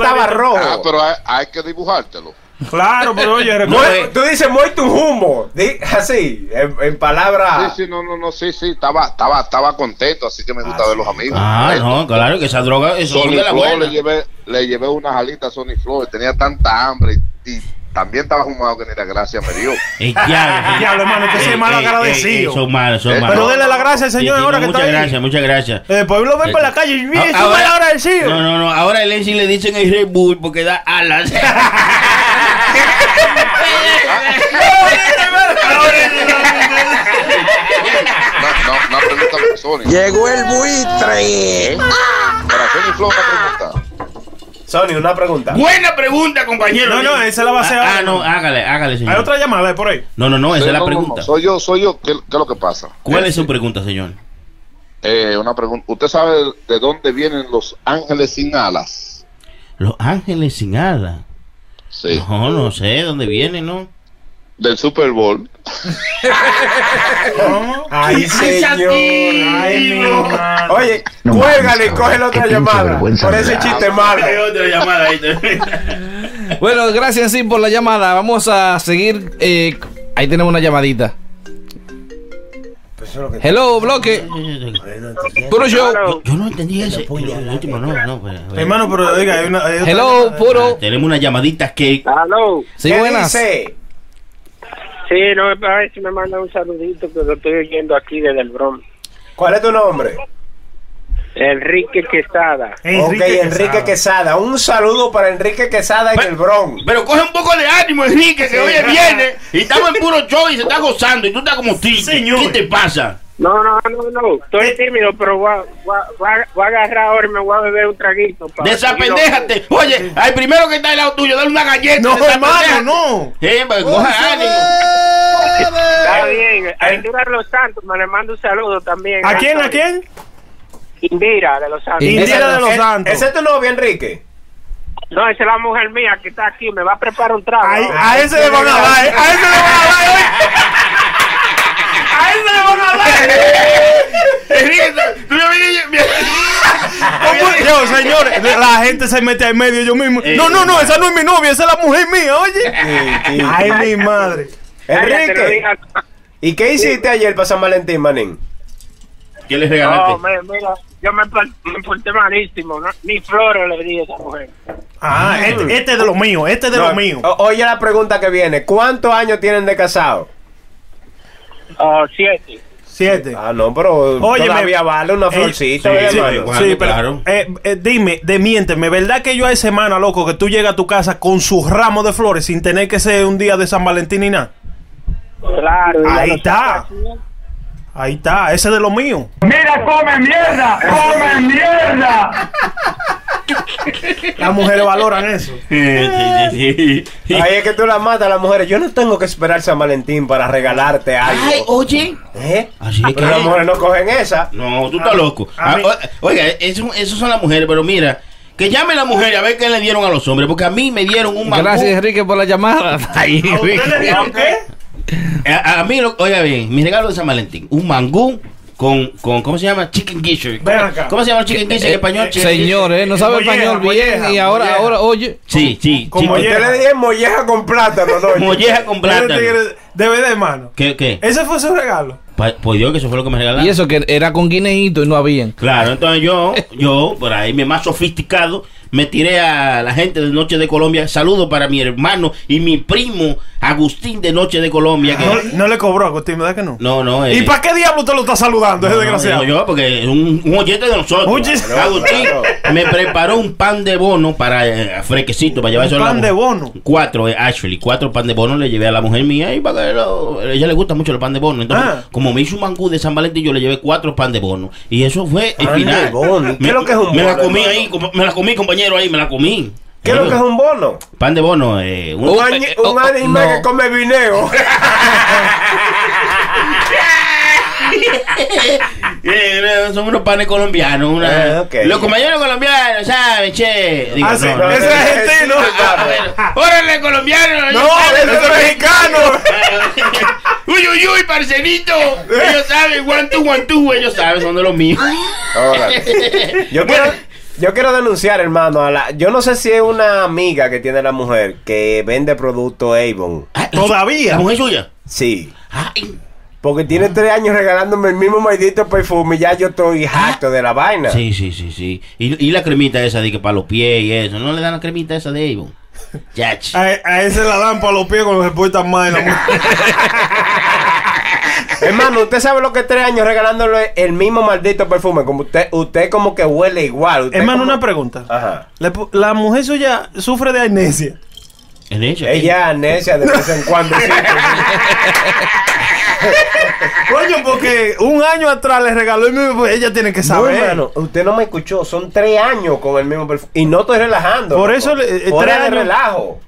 Speaker 12: Ah, pero hay, hay que dibujártelo.
Speaker 4: Claro, pero oye,
Speaker 12: eh.
Speaker 8: eh.
Speaker 11: Muy- tú dices muy tu humo. Di- Así, en, en
Speaker 8: Ah.
Speaker 11: palabras.
Speaker 12: Sí, sí, no, no, no, sí, sí, estaba, estaba, estaba contento, así que me gusta ver los amigos.
Speaker 8: Ah,
Speaker 12: Contento.
Speaker 8: no, claro, que esa droga es
Speaker 12: Sony
Speaker 8: de la
Speaker 12: Flow, le
Speaker 8: buena.
Speaker 12: llevé, le llevé unas alitas a Sony Flow, tenía tanta hambre y, y también estaba fumado que ni la gracia me dio.
Speaker 8: Eh, ya,
Speaker 4: Diablo, hermano, que ese es malo agradecido.
Speaker 8: Son malos, son
Speaker 4: Eh,
Speaker 8: malos.
Speaker 4: pero dele la gracia al señor
Speaker 8: Sí, sí,
Speaker 4: ahora
Speaker 8: no,
Speaker 4: que está
Speaker 8: Muchas
Speaker 4: ahí. Eh,
Speaker 8: gracias, muchas gracias.
Speaker 4: El pueblo ven para la calle y mira,
Speaker 8: Ah,
Speaker 4: es un
Speaker 8: ahora-
Speaker 4: mal agradecido.
Speaker 8: No, no, no. Ahora el Enzi le dicen el Red Bull porque da alas.
Speaker 12: Una pregunta para Sony. Ah.
Speaker 9: Llegó el buitre.
Speaker 12: Para Sony Flow, una pregunta.
Speaker 11: Sony, una pregunta.
Speaker 8: Buena pregunta, compañero.
Speaker 4: No, no, esa la va a hacer
Speaker 8: Ah, ah,
Speaker 4: ahora.
Speaker 8: no, hágale, hágale, señor.
Speaker 4: Hay otra llamada ¿eh? por ahí.
Speaker 8: No, no, no, esa
Speaker 12: Sí,
Speaker 8: es la
Speaker 12: no, no, no,
Speaker 8: pregunta.
Speaker 12: Soy yo, soy yo, ¿qué, qué es lo que pasa?
Speaker 8: ¿Cuál es su pregunta, señor?
Speaker 12: Eh, una pregunta. ¿Usted sabe de dónde vienen los ángeles sin alas?
Speaker 8: Los ángeles sin alas.
Speaker 12: Sí.
Speaker 8: No, no sé dónde viene, ¿no?
Speaker 12: Del Super Bowl.
Speaker 11: Ay, señor. Ay, mi madre. Oye, cuélgale y coge la otra llamada. Por ese chiste malo.
Speaker 8: Hay otra llamada ahí
Speaker 5: Bueno, gracias sí por la llamada. Vamos a seguir. eh, ahí tenemos una llamadita. Hello, bloque. Puro show.
Speaker 8: Yo, yo no entendí ese. el último no, no. pues, pero-
Speaker 4: Hermano, pero diga, hay una. hay otra
Speaker 5: Hello,
Speaker 4: llamada.
Speaker 5: puro.
Speaker 8: Ah, Tenemos una llamadita que.
Speaker 13: Aló.
Speaker 5: Sí, buenas.
Speaker 13: Sí, no, a ver si me manda un saludito que lo estoy oyendo aquí desde el Bronx.
Speaker 11: ¿Cuál es tu nombre?
Speaker 13: Enrique Quesada.
Speaker 11: ok, Enrique Quesada. Un saludo para Enrique Quesada en el Bronx.
Speaker 8: Pero coge un poco de ánimo, Enrique, que
Speaker 11: Sí.
Speaker 8: hoy es viernes y estamos en puro show y se está gozando y tú estás como ti. ¿Qué te pasa?
Speaker 13: No, no, no, no, estoy tímido, pero voy a, voy a- voy a- voy a agarrar ahora y me voy a beber un traguito. pa-
Speaker 8: Desapendéjate. Oye, al primero que está al lado tuyo, dale una galleta.
Speaker 4: No,
Speaker 8: desapendéjate.
Speaker 4: hermano, no.
Speaker 8: Eh, pues,
Speaker 5: Oh,
Speaker 8: coja ánimo.
Speaker 4: Eh,
Speaker 13: Está bien, a Indira de los Santos me le mando un saludo también.
Speaker 4: ¿A quién, a quién?
Speaker 13: Indira de los Santos.
Speaker 4: Indira de los Santos.
Speaker 11: ¿Ese es tu novia, Enrique?
Speaker 13: No, esa es la mujer mía que está aquí, me va a preparar un trago.
Speaker 4: A ese le van a dar, eh, a ese le van a dar.
Speaker 8: ¡A él se le van a
Speaker 5: pues.
Speaker 8: dar! ¡Tú me
Speaker 4: Oye, Yo, señores, la gente se mete al medio yo mismo. No, no, no, esa no es mi novia, esa es la mujer mía, oye. Ay, mi madre.
Speaker 11: Enrique. ¿Y qué hiciste ayer para San Valentín, manín?
Speaker 8: ¿Qué les
Speaker 13: No, me- mira, yo me, par- me porté malísimo, ¿no? ni flores le di a esa mujer.
Speaker 4: Ah, este, este es de lo mío, este es de lo
Speaker 11: No, Oh.
Speaker 4: mío.
Speaker 11: o- Oye la pregunta que viene. ¿Cuántos años tienen de casado?
Speaker 13: Ah, siete.
Speaker 4: Siete.
Speaker 11: Ah, no, pero
Speaker 4: Oye,
Speaker 11: todavía
Speaker 4: me-
Speaker 11: vale una
Speaker 4: Eh,
Speaker 11: florcita.
Speaker 4: sí,
Speaker 11: ¿verdad,
Speaker 4: sí,
Speaker 11: hermano?
Speaker 4: sí, pero, eh, eh, dime, demiénteme, ¿verdad que yo hay semana, loco, que tú llegas a tu casa con sus ramos de flores sin tener que ser un día de San Valentín ni nada?
Speaker 13: Claro.
Speaker 4: Ahí está. Ahí está, ese es de lo mío.
Speaker 9: Mira, come mierda, come mierda.
Speaker 4: Las mujeres valoran eso.
Speaker 11: Ahí es que tú la matas a las mujeres. Yo no tengo que esperar San Valentín para regalarte algo.
Speaker 8: Ay, oh. oye.
Speaker 11: ¿Eh?
Speaker 8: Así es
Speaker 11: Pero las mujeres no cogen esa.
Speaker 8: No, tú estás loco.
Speaker 11: a
Speaker 8: Ah,
Speaker 11: mí-
Speaker 8: o- oiga, eso, eso son las mujeres, pero mira, que llame la mujer a ver qué le dieron a los hombres, porque a mí me dieron un mangú.
Speaker 5: Gracias, Enrique, por la llamada. Ahí, Enrique.
Speaker 8: A, a mí, lo- oiga bien, mi regalo de San Valentín, un mangú con, con ¿cómo se llama? Chicken Gisher.
Speaker 4: Ven acá.
Speaker 8: ¿Cómo se llama el chicken gisher en español? Chicken
Speaker 5: Eh, Señor,
Speaker 8: gisher.
Speaker 5: eh, no sabe español bien y ahora, ahora, oye.
Speaker 8: Sí, sí.
Speaker 4: Con
Speaker 8: chicken-
Speaker 4: molleja.
Speaker 11: Usted le dije molleja con plátano, doña.
Speaker 8: Molleja con plátano.
Speaker 4: Ese tigre Debe de mano.
Speaker 8: ¿Qué, qué?
Speaker 4: Ese fue su regalo.
Speaker 8: Pa- Pues yo que eso fue lo que me regalaron.
Speaker 5: Y eso que era con guineíto y no habían.
Speaker 8: Claro, entonces yo, yo, por ahí, mi más sofisticado, me tiré a la gente de Noche de Colombia. Saludo para mi hermano y mi primo Agustín de Noche de Colombia. Que,
Speaker 4: No, no le cobró a Agustín, ¿verdad que no?
Speaker 8: no, no, eh,
Speaker 4: Ah. ¿Y para qué diablo usted lo está saludando, ese
Speaker 8: no,
Speaker 4: desgraciado?
Speaker 8: no, yo, porque es un, un oyente de nosotros.
Speaker 4: Oye,
Speaker 8: Agustín me preparó un pan de bono para eh, fresquecito, para llevar eso a
Speaker 4: Un
Speaker 8: la
Speaker 4: pan
Speaker 8: mujer.
Speaker 4: de bono.
Speaker 8: Cuatro, eh, actually, cuatro pan de bono le llevé a la mujer mía y para que lo- ella le gusta mucho el pan de bono. Entonces,
Speaker 4: Ah.
Speaker 8: como me hizo un mangú de San Valentín, yo le llevé cuatro pan de bono. Y eso fue el
Speaker 11: Pan de
Speaker 8: final.
Speaker 11: bono. ¿Qué
Speaker 8: Me,
Speaker 11: es lo que es un
Speaker 8: me la
Speaker 11: bono,
Speaker 8: comí
Speaker 11: hermano?
Speaker 8: ahí, como- me la comí, compañero, ahí, me la comí.
Speaker 11: ¿Qué es lo que es un bono?
Speaker 8: Pan de bono, eh, un-
Speaker 11: Un, añi- un animal que come vineo.
Speaker 8: Eh, son unos panes colombianos. Una,
Speaker 11: Ah, ok.
Speaker 8: Los compañeros colombianos, ¿sabes? Che. Digo,
Speaker 11: Ah, sí,
Speaker 8: no, no,
Speaker 11: ese
Speaker 8: no.
Speaker 11: es argentino.
Speaker 8: ¡Órale, colombiano!
Speaker 11: No, ese es mexicano.
Speaker 8: ¡Uy, uy, uy, parcerito! Ellos saben, one, two, one, two, ellos saben, son de los míos.
Speaker 11: Yo quiero, yo quiero denunciar, hermano, a la, yo no sé si es una amiga que tiene la mujer que vende producto Avon.
Speaker 8: Ah, ¿La
Speaker 4: Todavía.
Speaker 8: mujer suya?
Speaker 11: Sí.
Speaker 8: Ay,
Speaker 11: Porque tiene tres años regalándome el mismo maldito perfume y ya yo estoy harto de la vaina.
Speaker 8: Sí, sí, sí, sí. Y, y la cremita esa de que para los pies y eso. ¿No le dan la cremita esa de Avon? Yach.
Speaker 4: A, e, a ese la dan para los pies cuando se portan mal. en la mujer.
Speaker 11: Hermano, usted sabe lo que es tres años regalándole el mismo maldito perfume. Como usted, usted como que huele igual. Usted
Speaker 4: Hermano,
Speaker 11: como-
Speaker 4: una pregunta.
Speaker 11: Ajá.
Speaker 4: La, la mujer suya sufre de amnesia.
Speaker 8: ¿En ella?
Speaker 11: Ella necia de vez en cuando. sí.
Speaker 4: Coño, porque un año atrás le regaló el mismo, pues ella tiene que
Speaker 11: No,
Speaker 4: saber.
Speaker 11: hermano, usted no me escuchó. Son tres años con el mismo perfume. Y no estoy relajando.
Speaker 4: Por
Speaker 11: loco.
Speaker 4: eso le- eh,
Speaker 11: Hora
Speaker 4: tres
Speaker 11: de
Speaker 4: años-
Speaker 11: relajo.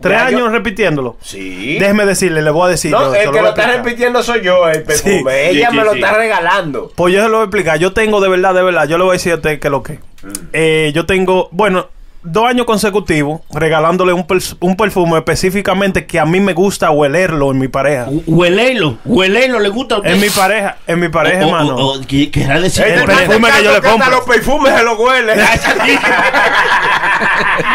Speaker 4: Tres
Speaker 11: Ya yo-
Speaker 4: años repitiéndolo.
Speaker 11: Sí.
Speaker 4: Déjeme decirle, le voy a decir.
Speaker 11: no,
Speaker 4: yo se
Speaker 11: el
Speaker 4: voy
Speaker 11: que
Speaker 4: a
Speaker 11: lo está
Speaker 4: explicar.
Speaker 11: repitiendo soy yo, el perfume.
Speaker 4: Sí,
Speaker 11: Ella
Speaker 8: sí,
Speaker 11: me lo
Speaker 8: sí.
Speaker 11: está regalando.
Speaker 4: Pues yo se lo voy a explicar. Yo tengo de verdad, de verdad, yo le voy a decir a usted que lo que. Eh, yo tengo, bueno, dos años consecutivos regalándole un, pers- un perfume específicamente que a mí me gusta olerlo en mi pareja.
Speaker 8: Hu- Huelelo. Huelelo le gusta a usted.
Speaker 4: En mi pareja, en mi pareja,
Speaker 8: O- o-
Speaker 4: hermano.
Speaker 8: o- o- ¿qué- querrá decir?
Speaker 4: El
Speaker 8: Por-
Speaker 4: perfume
Speaker 11: Tanto
Speaker 4: que yo le
Speaker 11: hasta
Speaker 4: compro.
Speaker 11: los perfumes se los huele.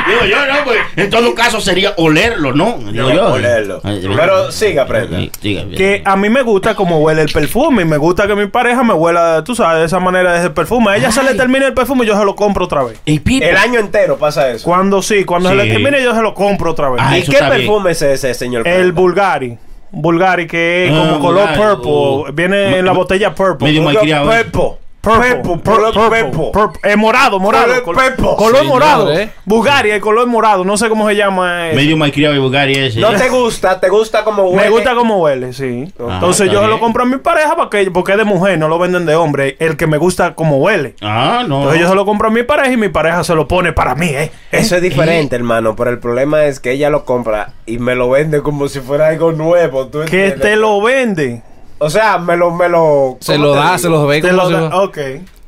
Speaker 8: Digo yo, no, pues en todo caso sería olerlo, ¿no? Digo
Speaker 11: No,
Speaker 8: yo. eh.
Speaker 11: olerlo.
Speaker 8: Ay,
Speaker 11: Pero siga, prenda.
Speaker 8: Sí, siga,
Speaker 4: Que a mí me gusta como huele el perfume y me gusta que mi pareja me huela, tú sabes, de esa manera de ese perfume. A ella se le
Speaker 8: Ay.
Speaker 4: termina el perfume y yo se lo compro otra vez.
Speaker 8: Y Pipo.
Speaker 11: El año entero pasa eso.
Speaker 4: Cuando sí, cuando se
Speaker 8: Sí.
Speaker 4: le termine yo se lo compro otra vez.
Speaker 8: Ah,
Speaker 11: ¿Y
Speaker 8: eso
Speaker 11: qué
Speaker 8: está bien.
Speaker 11: perfume es ese, señor?
Speaker 4: El
Speaker 11: Prenda?
Speaker 4: Bulgari. Bulgari que es
Speaker 8: Ah,
Speaker 4: como color
Speaker 8: Bulgari,
Speaker 4: purple.
Speaker 8: oh.
Speaker 4: Viene
Speaker 8: Me-
Speaker 4: en la
Speaker 8: me-
Speaker 4: botella purple.
Speaker 8: medio mal- malcriado.
Speaker 11: Pepo.
Speaker 4: Purple,
Speaker 11: Pepo.
Speaker 4: pur- purple,
Speaker 11: Pepo.
Speaker 4: purple. Eh, morado, morado.
Speaker 11: Color
Speaker 4: col-
Speaker 11: purple.
Speaker 4: color
Speaker 5: Señor,
Speaker 4: morado.
Speaker 5: eh.
Speaker 4: Bulgari, el color morado. No sé cómo se llama. eh.
Speaker 8: Medio malcriado y vulgar y ese.
Speaker 11: No te gusta, te gusta como huele.
Speaker 4: Me gusta cómo huele, sí.
Speaker 8: Ah,
Speaker 4: Entonces
Speaker 8: está
Speaker 4: yo se lo
Speaker 8: bien.
Speaker 4: compro a mi pareja porque, porque es de mujer, no lo venden de hombre. El que me gusta como huele.
Speaker 8: Ah, no.
Speaker 4: Entonces yo se lo compro a mi pareja y mi pareja se lo pone para mí, ¿eh?
Speaker 11: Eso es diferente, hermano, pero el problema es que ella lo compra y me lo vende como si fuera algo nuevo. ¿tú
Speaker 4: Que
Speaker 11: entiendes?
Speaker 4: te lo vende.
Speaker 11: O sea, me lo, me lo.
Speaker 5: Se
Speaker 11: ¿cómo
Speaker 5: lo
Speaker 11: te
Speaker 5: da,
Speaker 11: digo?
Speaker 5: se los ve.
Speaker 4: Te
Speaker 5: como
Speaker 4: lo
Speaker 5: se
Speaker 4: da-
Speaker 5: lo-
Speaker 4: Ok.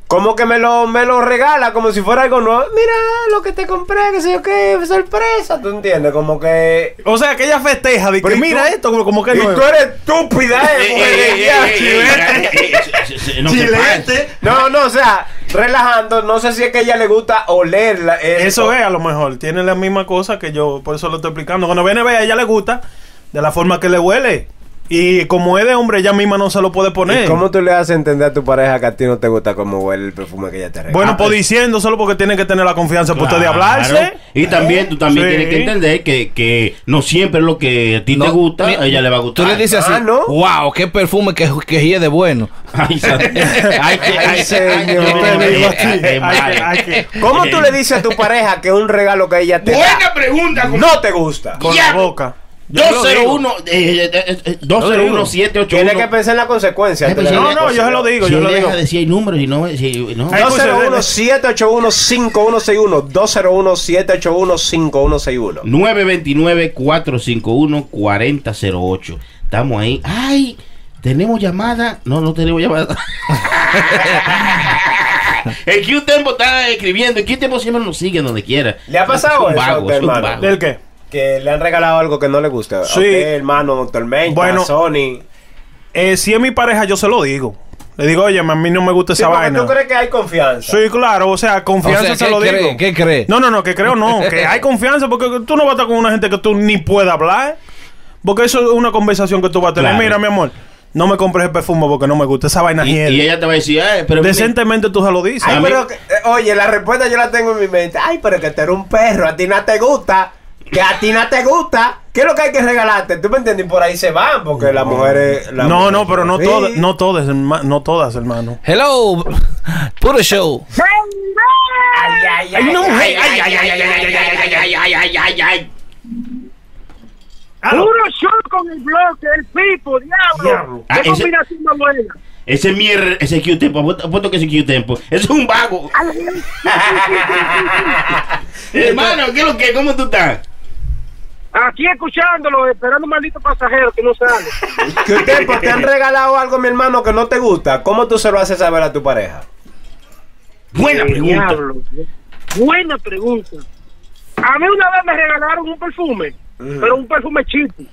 Speaker 11: Como que me lo, me lo regala como si fuera algo nuevo. Mira lo que te compré, que sé yo qué, sorpresa, ¿tú entiendes? Como que.
Speaker 4: O sea, que ella festeja de
Speaker 11: Pero
Speaker 4: que
Speaker 11: ¿y
Speaker 4: mira
Speaker 11: tú?
Speaker 4: esto, como, como que
Speaker 11: Y
Speaker 4: no
Speaker 11: tú eres estúpida, eh,
Speaker 8: Ey, ey,
Speaker 11: mujer
Speaker 8: ey,
Speaker 11: de
Speaker 8: ey,
Speaker 11: diablo,
Speaker 8: ey, ey,
Speaker 11: chivete.
Speaker 8: ey, ey, se- se- no, ¿qué pasa?
Speaker 11: No, no, o sea, relajando, no sé si es que a ella le gusta oler. la-
Speaker 4: Eso es, a lo mejor. Tiene la misma cosa que yo, por eso lo estoy explicando. Cuando viene a ver, a ella le gusta de la forma que le huele. Y como es de hombre, ella misma no se lo puede
Speaker 11: ¿Y
Speaker 4: poner.
Speaker 11: ¿Cómo tú le haces entender a tu pareja que a ti no te gusta cómo huele el perfume que ella te regala?
Speaker 4: Bueno, pues diciéndoselo porque tiene que tener la confianza para usted de hablarse.
Speaker 8: Claro. Y también tú también
Speaker 4: Sí.
Speaker 8: tienes que entender que, que no siempre lo que a ti te
Speaker 5: No,
Speaker 8: gusta,
Speaker 5: mi-
Speaker 8: a ella le va a gustar.
Speaker 5: Tú le dices así,
Speaker 11: Ah, ¿no?
Speaker 5: wow, qué perfume que, que hiede bueno.
Speaker 8: Ay, sa- ay, que- ay,
Speaker 11: señor.
Speaker 8: ay,
Speaker 4: Yo te digo a ti,
Speaker 8: ay, qué
Speaker 4: hay
Speaker 8: mal.
Speaker 4: que- hay que-
Speaker 11: ¿Cómo tú le dices a tu pareja que un regalo que ella te da
Speaker 8: Buena pregunta,
Speaker 11: no te gusta?
Speaker 4: Con la
Speaker 8: Ya.
Speaker 4: boca. Yo te lo digo.
Speaker 8: 201 eh, eh, eh, eh, 201
Speaker 11: Tienes que
Speaker 8: 781
Speaker 11: pensar en la consecuencia.
Speaker 8: Eh, pues,
Speaker 11: antes de
Speaker 8: no,
Speaker 11: hacer
Speaker 8: no,
Speaker 11: cosas.
Speaker 4: yo se lo digo,
Speaker 8: Si
Speaker 4: yo
Speaker 8: él
Speaker 4: lo
Speaker 8: deja
Speaker 4: digo.
Speaker 8: de decir números y no, si- no.
Speaker 4: Ay, pues,
Speaker 11: 201-781-5161 201-781-5161
Speaker 8: 929-451-4008. Estamos ahí. ¡Ay! ¿Tenemos llamada? No, no tenemos llamada. El Q-Tempo está escribiendo. El Q-Tempo siempre nos sigue donde quiera.
Speaker 11: ¿Le ha pasado
Speaker 8: Es un
Speaker 11: eso a
Speaker 8: vago,
Speaker 11: usted,
Speaker 8: es un
Speaker 11: hermano?
Speaker 8: vago.
Speaker 4: ¿Del qué?
Speaker 11: Que le han regalado algo que no le gusta. A
Speaker 4: Sí.
Speaker 11: usted, hermano, doctor Menta,
Speaker 4: Bueno.
Speaker 11: Sony.
Speaker 4: Eh, si es mi pareja, yo se lo digo. Le digo, oye, a mí no me gusta
Speaker 11: Sí,
Speaker 4: esa
Speaker 11: porque
Speaker 4: vaina.
Speaker 11: ¿Tú crees que hay confianza?
Speaker 4: Sí, claro, o sea, confianza
Speaker 5: O sea,
Speaker 4: se
Speaker 5: ¿qué
Speaker 4: lo
Speaker 5: cree?
Speaker 4: digo.
Speaker 5: ¿Qué cree?
Speaker 4: No, no, no, que creo no, que hay confianza porque tú no vas a estar con una gente que tú ni puedas hablar. Porque eso es una conversación que tú vas a tener.
Speaker 8: Claro.
Speaker 4: Mira, mi amor, no me compres el perfume porque no me gusta esa vaina
Speaker 8: Y,
Speaker 4: hiede.
Speaker 8: y ella te va a decir, "Ay, pero.
Speaker 4: Decentemente tú se lo dices.
Speaker 11: Ay, pero, que- eh, oye, la respuesta yo la tengo en mi mente. Ay, pero que tú eres un perro, a ti no te gusta. Que a ti no te gusta. ¿Qué es lo que hay que regalarte? ¿Tú me entiendes? Y por ahí se van, porque las mujeres. las
Speaker 4: no,
Speaker 11: mujeres-
Speaker 4: no, pero no
Speaker 11: Sí.
Speaker 4: todas, no todas, herma- no todas, hermano.
Speaker 5: Hello, puro show.
Speaker 11: Ay, ay, ay,
Speaker 2: no,
Speaker 11: ay,
Speaker 2: hey, ay, ay, ay, ay, ay, ay, ay, ay, ay, ay, ay, ay.
Speaker 13: ah,
Speaker 2: Puro show con el bloque, el pipo, diablo.
Speaker 8: Ah,
Speaker 2: ¿Qué
Speaker 8: ese-
Speaker 2: combinación más buena?
Speaker 8: Ese mierda, ese Q-Tempo, apuesto apuesto que ese Q-Tempo. Ese es un vago. Hermano, ¿qué es lo que? ¿Cómo tú estás?
Speaker 13: Aquí escuchándolo, esperando un maldito pasajero que no sale.
Speaker 11: Que usted, pues, te han regalado algo, mi hermano, que no te gusta. ¿Cómo tú se lo haces saber a tu pareja?
Speaker 8: Buena pregunta.
Speaker 13: Eh, Diablo. Buena pregunta. A mí una vez me regalaron un perfume,
Speaker 2: Ujú.
Speaker 13: pero un perfume chipi.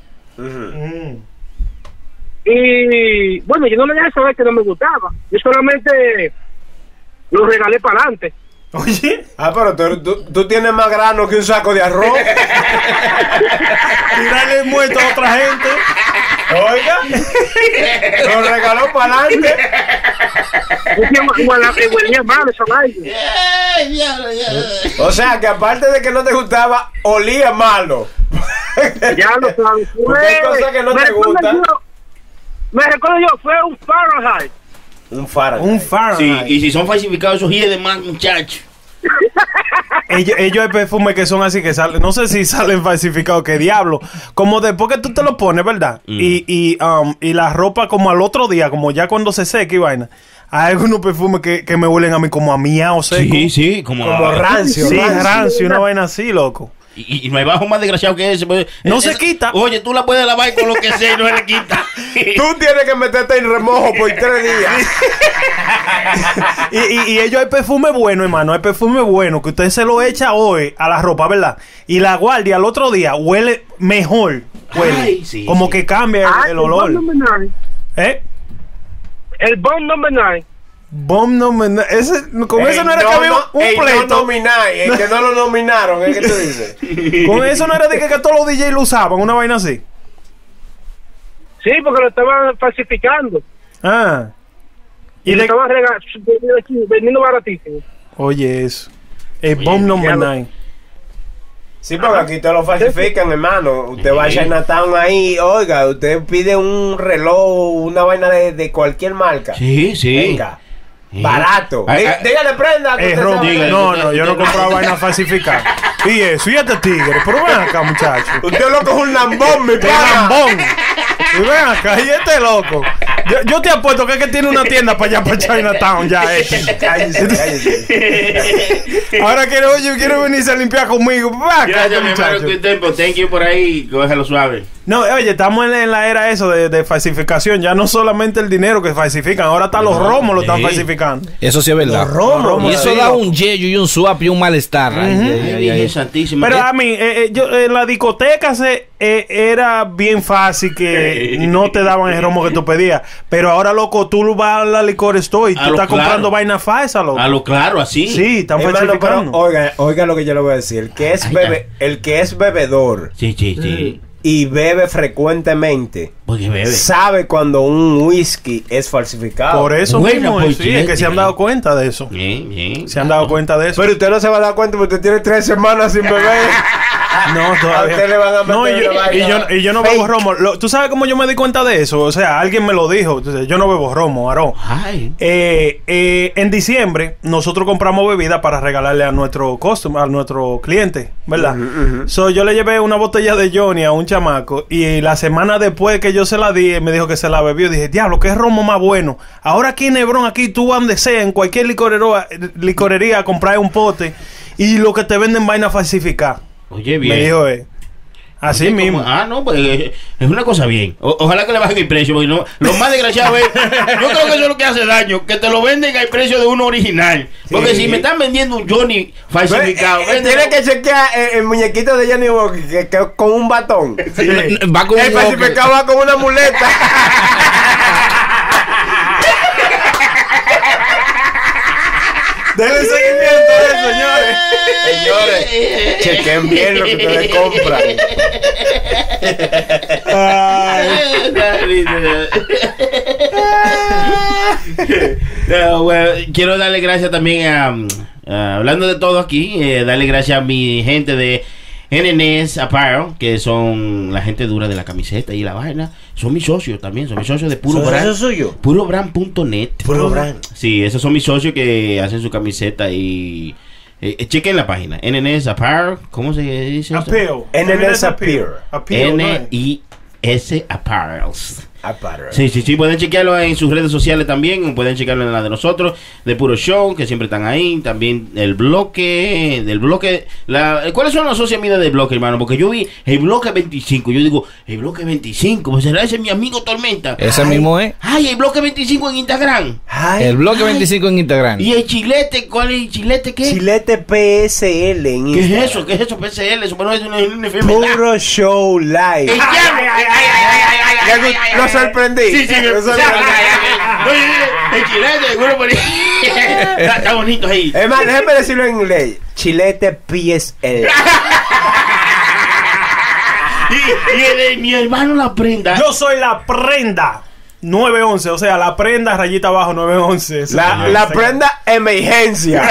Speaker 13: Y bueno, yo no le dejé saber que no me gustaba. Yo solamente lo regalé para adelante.
Speaker 11: Oye. Ah, pero tú, tú- tú tienes más grano que un saco de arroz. Tirarle muerto a otra gente. Oiga, lo regaló para adelante.
Speaker 13: eh,
Speaker 11: O sea que aparte de que no te gustaba, olía malo.
Speaker 13: Ya lo sabes.
Speaker 11: Porque hay cosas que no
Speaker 13: Me
Speaker 11: te
Speaker 13: recuerdo
Speaker 11: gustan.
Speaker 13: yo- Me recuerdo yo, fue un Fahrenheit.
Speaker 11: Un Fahrenheit.
Speaker 4: Un Fahrenheit.
Speaker 8: Sí, y si son falsificados esos giles de más, muchacho.
Speaker 4: ellos, ellos hay perfumes que son así que salen, no sé si salen falsificados, que diablo. Como después que tú te lo pones, ¿verdad?
Speaker 8: Mm.
Speaker 4: Y, y, um, y la ropa como al otro día, como ya cuando se seca y vaina. Hay algunos perfumes que, que me huelen a mí como a miau seco.
Speaker 8: Sí, sí, como,
Speaker 4: Como rancio. Sí, rancio, una vaina así, loco.
Speaker 8: Y, y no hay bajo más desgraciado que ese. pues.
Speaker 4: No
Speaker 8: Esa-
Speaker 4: se quita.
Speaker 8: Oye, tú la puedes lavar con lo que sea y no se le quita.
Speaker 11: Tú tienes que meterte en remojo por tres días.
Speaker 4: Y, y- y ellos hay perfume bueno, hermano. Hay perfume bueno que usted se lo echa hoy a la ropa, ¿verdad? Y la guardia al otro día huele mejor. Huele.
Speaker 13: Ay, sí,
Speaker 4: como que cambia el,
Speaker 13: Ay,
Speaker 4: el olor.
Speaker 13: El Bomb Number 9.
Speaker 4: ¿Eh?
Speaker 13: El Bomb Number 9.
Speaker 4: Bomb number nine. Ese- con eso no era que había un
Speaker 11: el
Speaker 4: pleito.
Speaker 11: No nomináis, el que no lo nominaron, ¿eh? ¿Qué tú dices?
Speaker 4: Con eso no era de que, que todos los DJs lo usaban, una vaina así.
Speaker 13: Sí, porque lo estaban falsificando.
Speaker 4: Ah.
Speaker 13: Y, lo estaban rega- vendiendo aquí, vendiendo baratísimo.
Speaker 4: Oye, eso. El bomb number
Speaker 11: diablo.
Speaker 4: nine.
Speaker 11: Sí, porque aquí te lo falsifican, hermano. Usted va a
Speaker 4: Sí.
Speaker 11: Chinatown ahí, oiga, usted pide un reloj, una vaina de, de cualquier marca.
Speaker 8: Sí, sí.
Speaker 11: Venga. Barato.
Speaker 4: Ay,
Speaker 11: Dí-
Speaker 4: ay.
Speaker 11: dígale prenda. que
Speaker 4: Eh,
Speaker 11: usted
Speaker 4: Ron,
Speaker 11: sabe.
Speaker 4: no, no, yo no compraba vaina falsificada. Y eso, y este tigre. Pero ven acá, muchacho.
Speaker 11: Usted loco es un lambón, mi
Speaker 4: Este
Speaker 11: pana.
Speaker 4: lambón. Y ven acá, y este loco. Yo, yo te apuesto que es que tiene una tienda para allá, para Chinatown, ya este.
Speaker 11: Cállese, cállese.
Speaker 4: Ahora quiere, oye, quiere venirse a limpiar conmigo. Ven acá, este
Speaker 8: Gracias, mi hermano,
Speaker 4: muchacho.
Speaker 8: tu tiempo. Thank you por ahí. Cógelo suave.
Speaker 4: No, oye, estamos en la, en la era eso de, de falsificación. Ya no solamente el dinero que falsifican, ahora hasta los romos lo están
Speaker 5: Sí.
Speaker 4: falsificando.
Speaker 5: Eso sí es verdad.
Speaker 4: Los romos,
Speaker 5: y
Speaker 4: los
Speaker 5: eso
Speaker 4: romos.
Speaker 5: da un yello y un swap y un malestar. Ay,
Speaker 4: Ujú.
Speaker 5: ay, ay, ay.
Speaker 4: Pero a mí, eh, eh, yo, en la discoteca se, eh, era bien fácil que no te daban el romo que tú pedías. Pero ahora, loco, tú vas a la licor store y
Speaker 8: A
Speaker 4: tú
Speaker 8: lo
Speaker 4: estás
Speaker 8: claro.
Speaker 4: comprando vaina falsa, loco.
Speaker 8: A lo claro, así.
Speaker 4: Sí, están
Speaker 11: Hermano,
Speaker 4: falsificando.
Speaker 11: pero oiga, oiga lo que yo le voy a decir. El que es, bebe, el que es bebedor
Speaker 8: Sí, sí, sí.
Speaker 11: y bebe frecuentemente
Speaker 8: Porque bebe.
Speaker 11: sabe cuando un whisky es falsificado.
Speaker 4: Por eso
Speaker 11: Buena
Speaker 4: mismo, es, sí, es
Speaker 11: pochete.
Speaker 4: que se han dado cuenta de eso. Se han dado cuenta de eso.
Speaker 11: Pero usted no se va a dar cuenta porque usted tiene tres semanas sin beber.
Speaker 4: No, todavía.
Speaker 11: A usted le van a
Speaker 4: no,
Speaker 11: meter
Speaker 4: y yo,
Speaker 11: una vaina
Speaker 4: y yo- y yo no
Speaker 11: fake.
Speaker 4: bebo romo. Lo- ¿Tú sabes cómo yo me di cuenta de eso? O sea, alguien me lo dijo. Entonces, yo no bebo romo, Aarón.
Speaker 8: Ay.
Speaker 4: Eh, eh, en diciembre, nosotros compramos bebida para regalarle a nuestro customer, a nuestro cliente, ¿verdad? So, yo le llevé una botella de Johnny a un chamaco y la semana después que yo se la di, él me dijo que se la bebió. Dije, diablo, qué romo más bueno. Ahora aquí en Hebrón, aquí tú vas donde sea, en cualquier licorero- licorería, a comprar un pote y lo que te venden vaina falsificada.
Speaker 8: Oye, bien.
Speaker 4: Me dijo él. Así
Speaker 8: Oye,
Speaker 4: mismo.
Speaker 8: como- ah, no, pues eh, es una cosa bien. O- ojalá que le bajen el precio, porque no, lo más desgraciado es. Yo creo que eso es lo que hace daño, que te lo venden al precio de uno original. Porque
Speaker 11: Sí.
Speaker 8: si me están vendiendo un Johnny
Speaker 11: Pero,
Speaker 8: falsificado,
Speaker 11: eh, eh, tiene que chequear el, el muñequito de Johnny Walker que- que- con un batón.
Speaker 5: Va con
Speaker 11: el
Speaker 5: un walker.
Speaker 11: falsificado va con una muleta.
Speaker 4: Denle seguimiento a eso, señores. Señores, chequen bien lo que ustedes compran.
Speaker 8: No, bueno, quiero darle gracias también a, mm, a- hablando de todo aquí, eh, darle gracias a mi gente de NNS Apparel, que son la gente dura de la camiseta y la vaina. Son mis socios también, son mis socios de Puro
Speaker 17: ¿Son
Speaker 8: Brand.
Speaker 17: socios suyos?
Speaker 8: Purobrand.net.
Speaker 17: Puro Brand.
Speaker 8: Sí, esos son mis socios que hacen su camiseta y eh, eh, chequen la página. NNS Apparel, ¿cómo se dice? esto?
Speaker 4: Appeal.
Speaker 11: NNS Appeal. Appeal, ¿no es?
Speaker 8: N-I-S Apparels.
Speaker 11: Apparel.
Speaker 8: Sí, sí, sí, pueden chequearlo en sus redes sociales también, pueden chequearlo en la de nosotros, de Puro Show, que siempre están ahí, también el bloque, del bloque, la, eh, ¿cuáles son las social media del bloque, hermano? Porque yo vi el bloque 25, yo digo, el bloque 25, pues será ese mi amigo Tormenta.
Speaker 5: Ese
Speaker 8: Ay,
Speaker 5: mismo es.
Speaker 8: Ay, el bloque 25 en Instagram.
Speaker 5: El bloque
Speaker 8: Ay.
Speaker 5: 25 en Instagram.
Speaker 8: ¿Y el chilete? ¿Cuál es el chilete qué?
Speaker 11: Chilete PSL
Speaker 8: ¿Qué
Speaker 11: en
Speaker 8: es
Speaker 11: Instagram.
Speaker 8: eso? ¿Qué es eso? PCL, eso no es una, una enfermedad.
Speaker 11: Puro show
Speaker 8: El
Speaker 11: live.
Speaker 8: diablo.
Speaker 11: Ya gu- Lo sorprendí.
Speaker 8: Sí, sí,
Speaker 11: Lo
Speaker 8: o sea,
Speaker 11: sorprendí.
Speaker 8: Oye, el chilete, seguro por ahí. Está está bonito ahí.
Speaker 11: Es más, déjeme decirlo en inglés. Chilete PSL.
Speaker 8: Y, y el de mi hermano la prenda.
Speaker 4: Yo soy la prenda 911, o sea, la prenda rayita abajo 911.
Speaker 11: La, la prenda emergencia.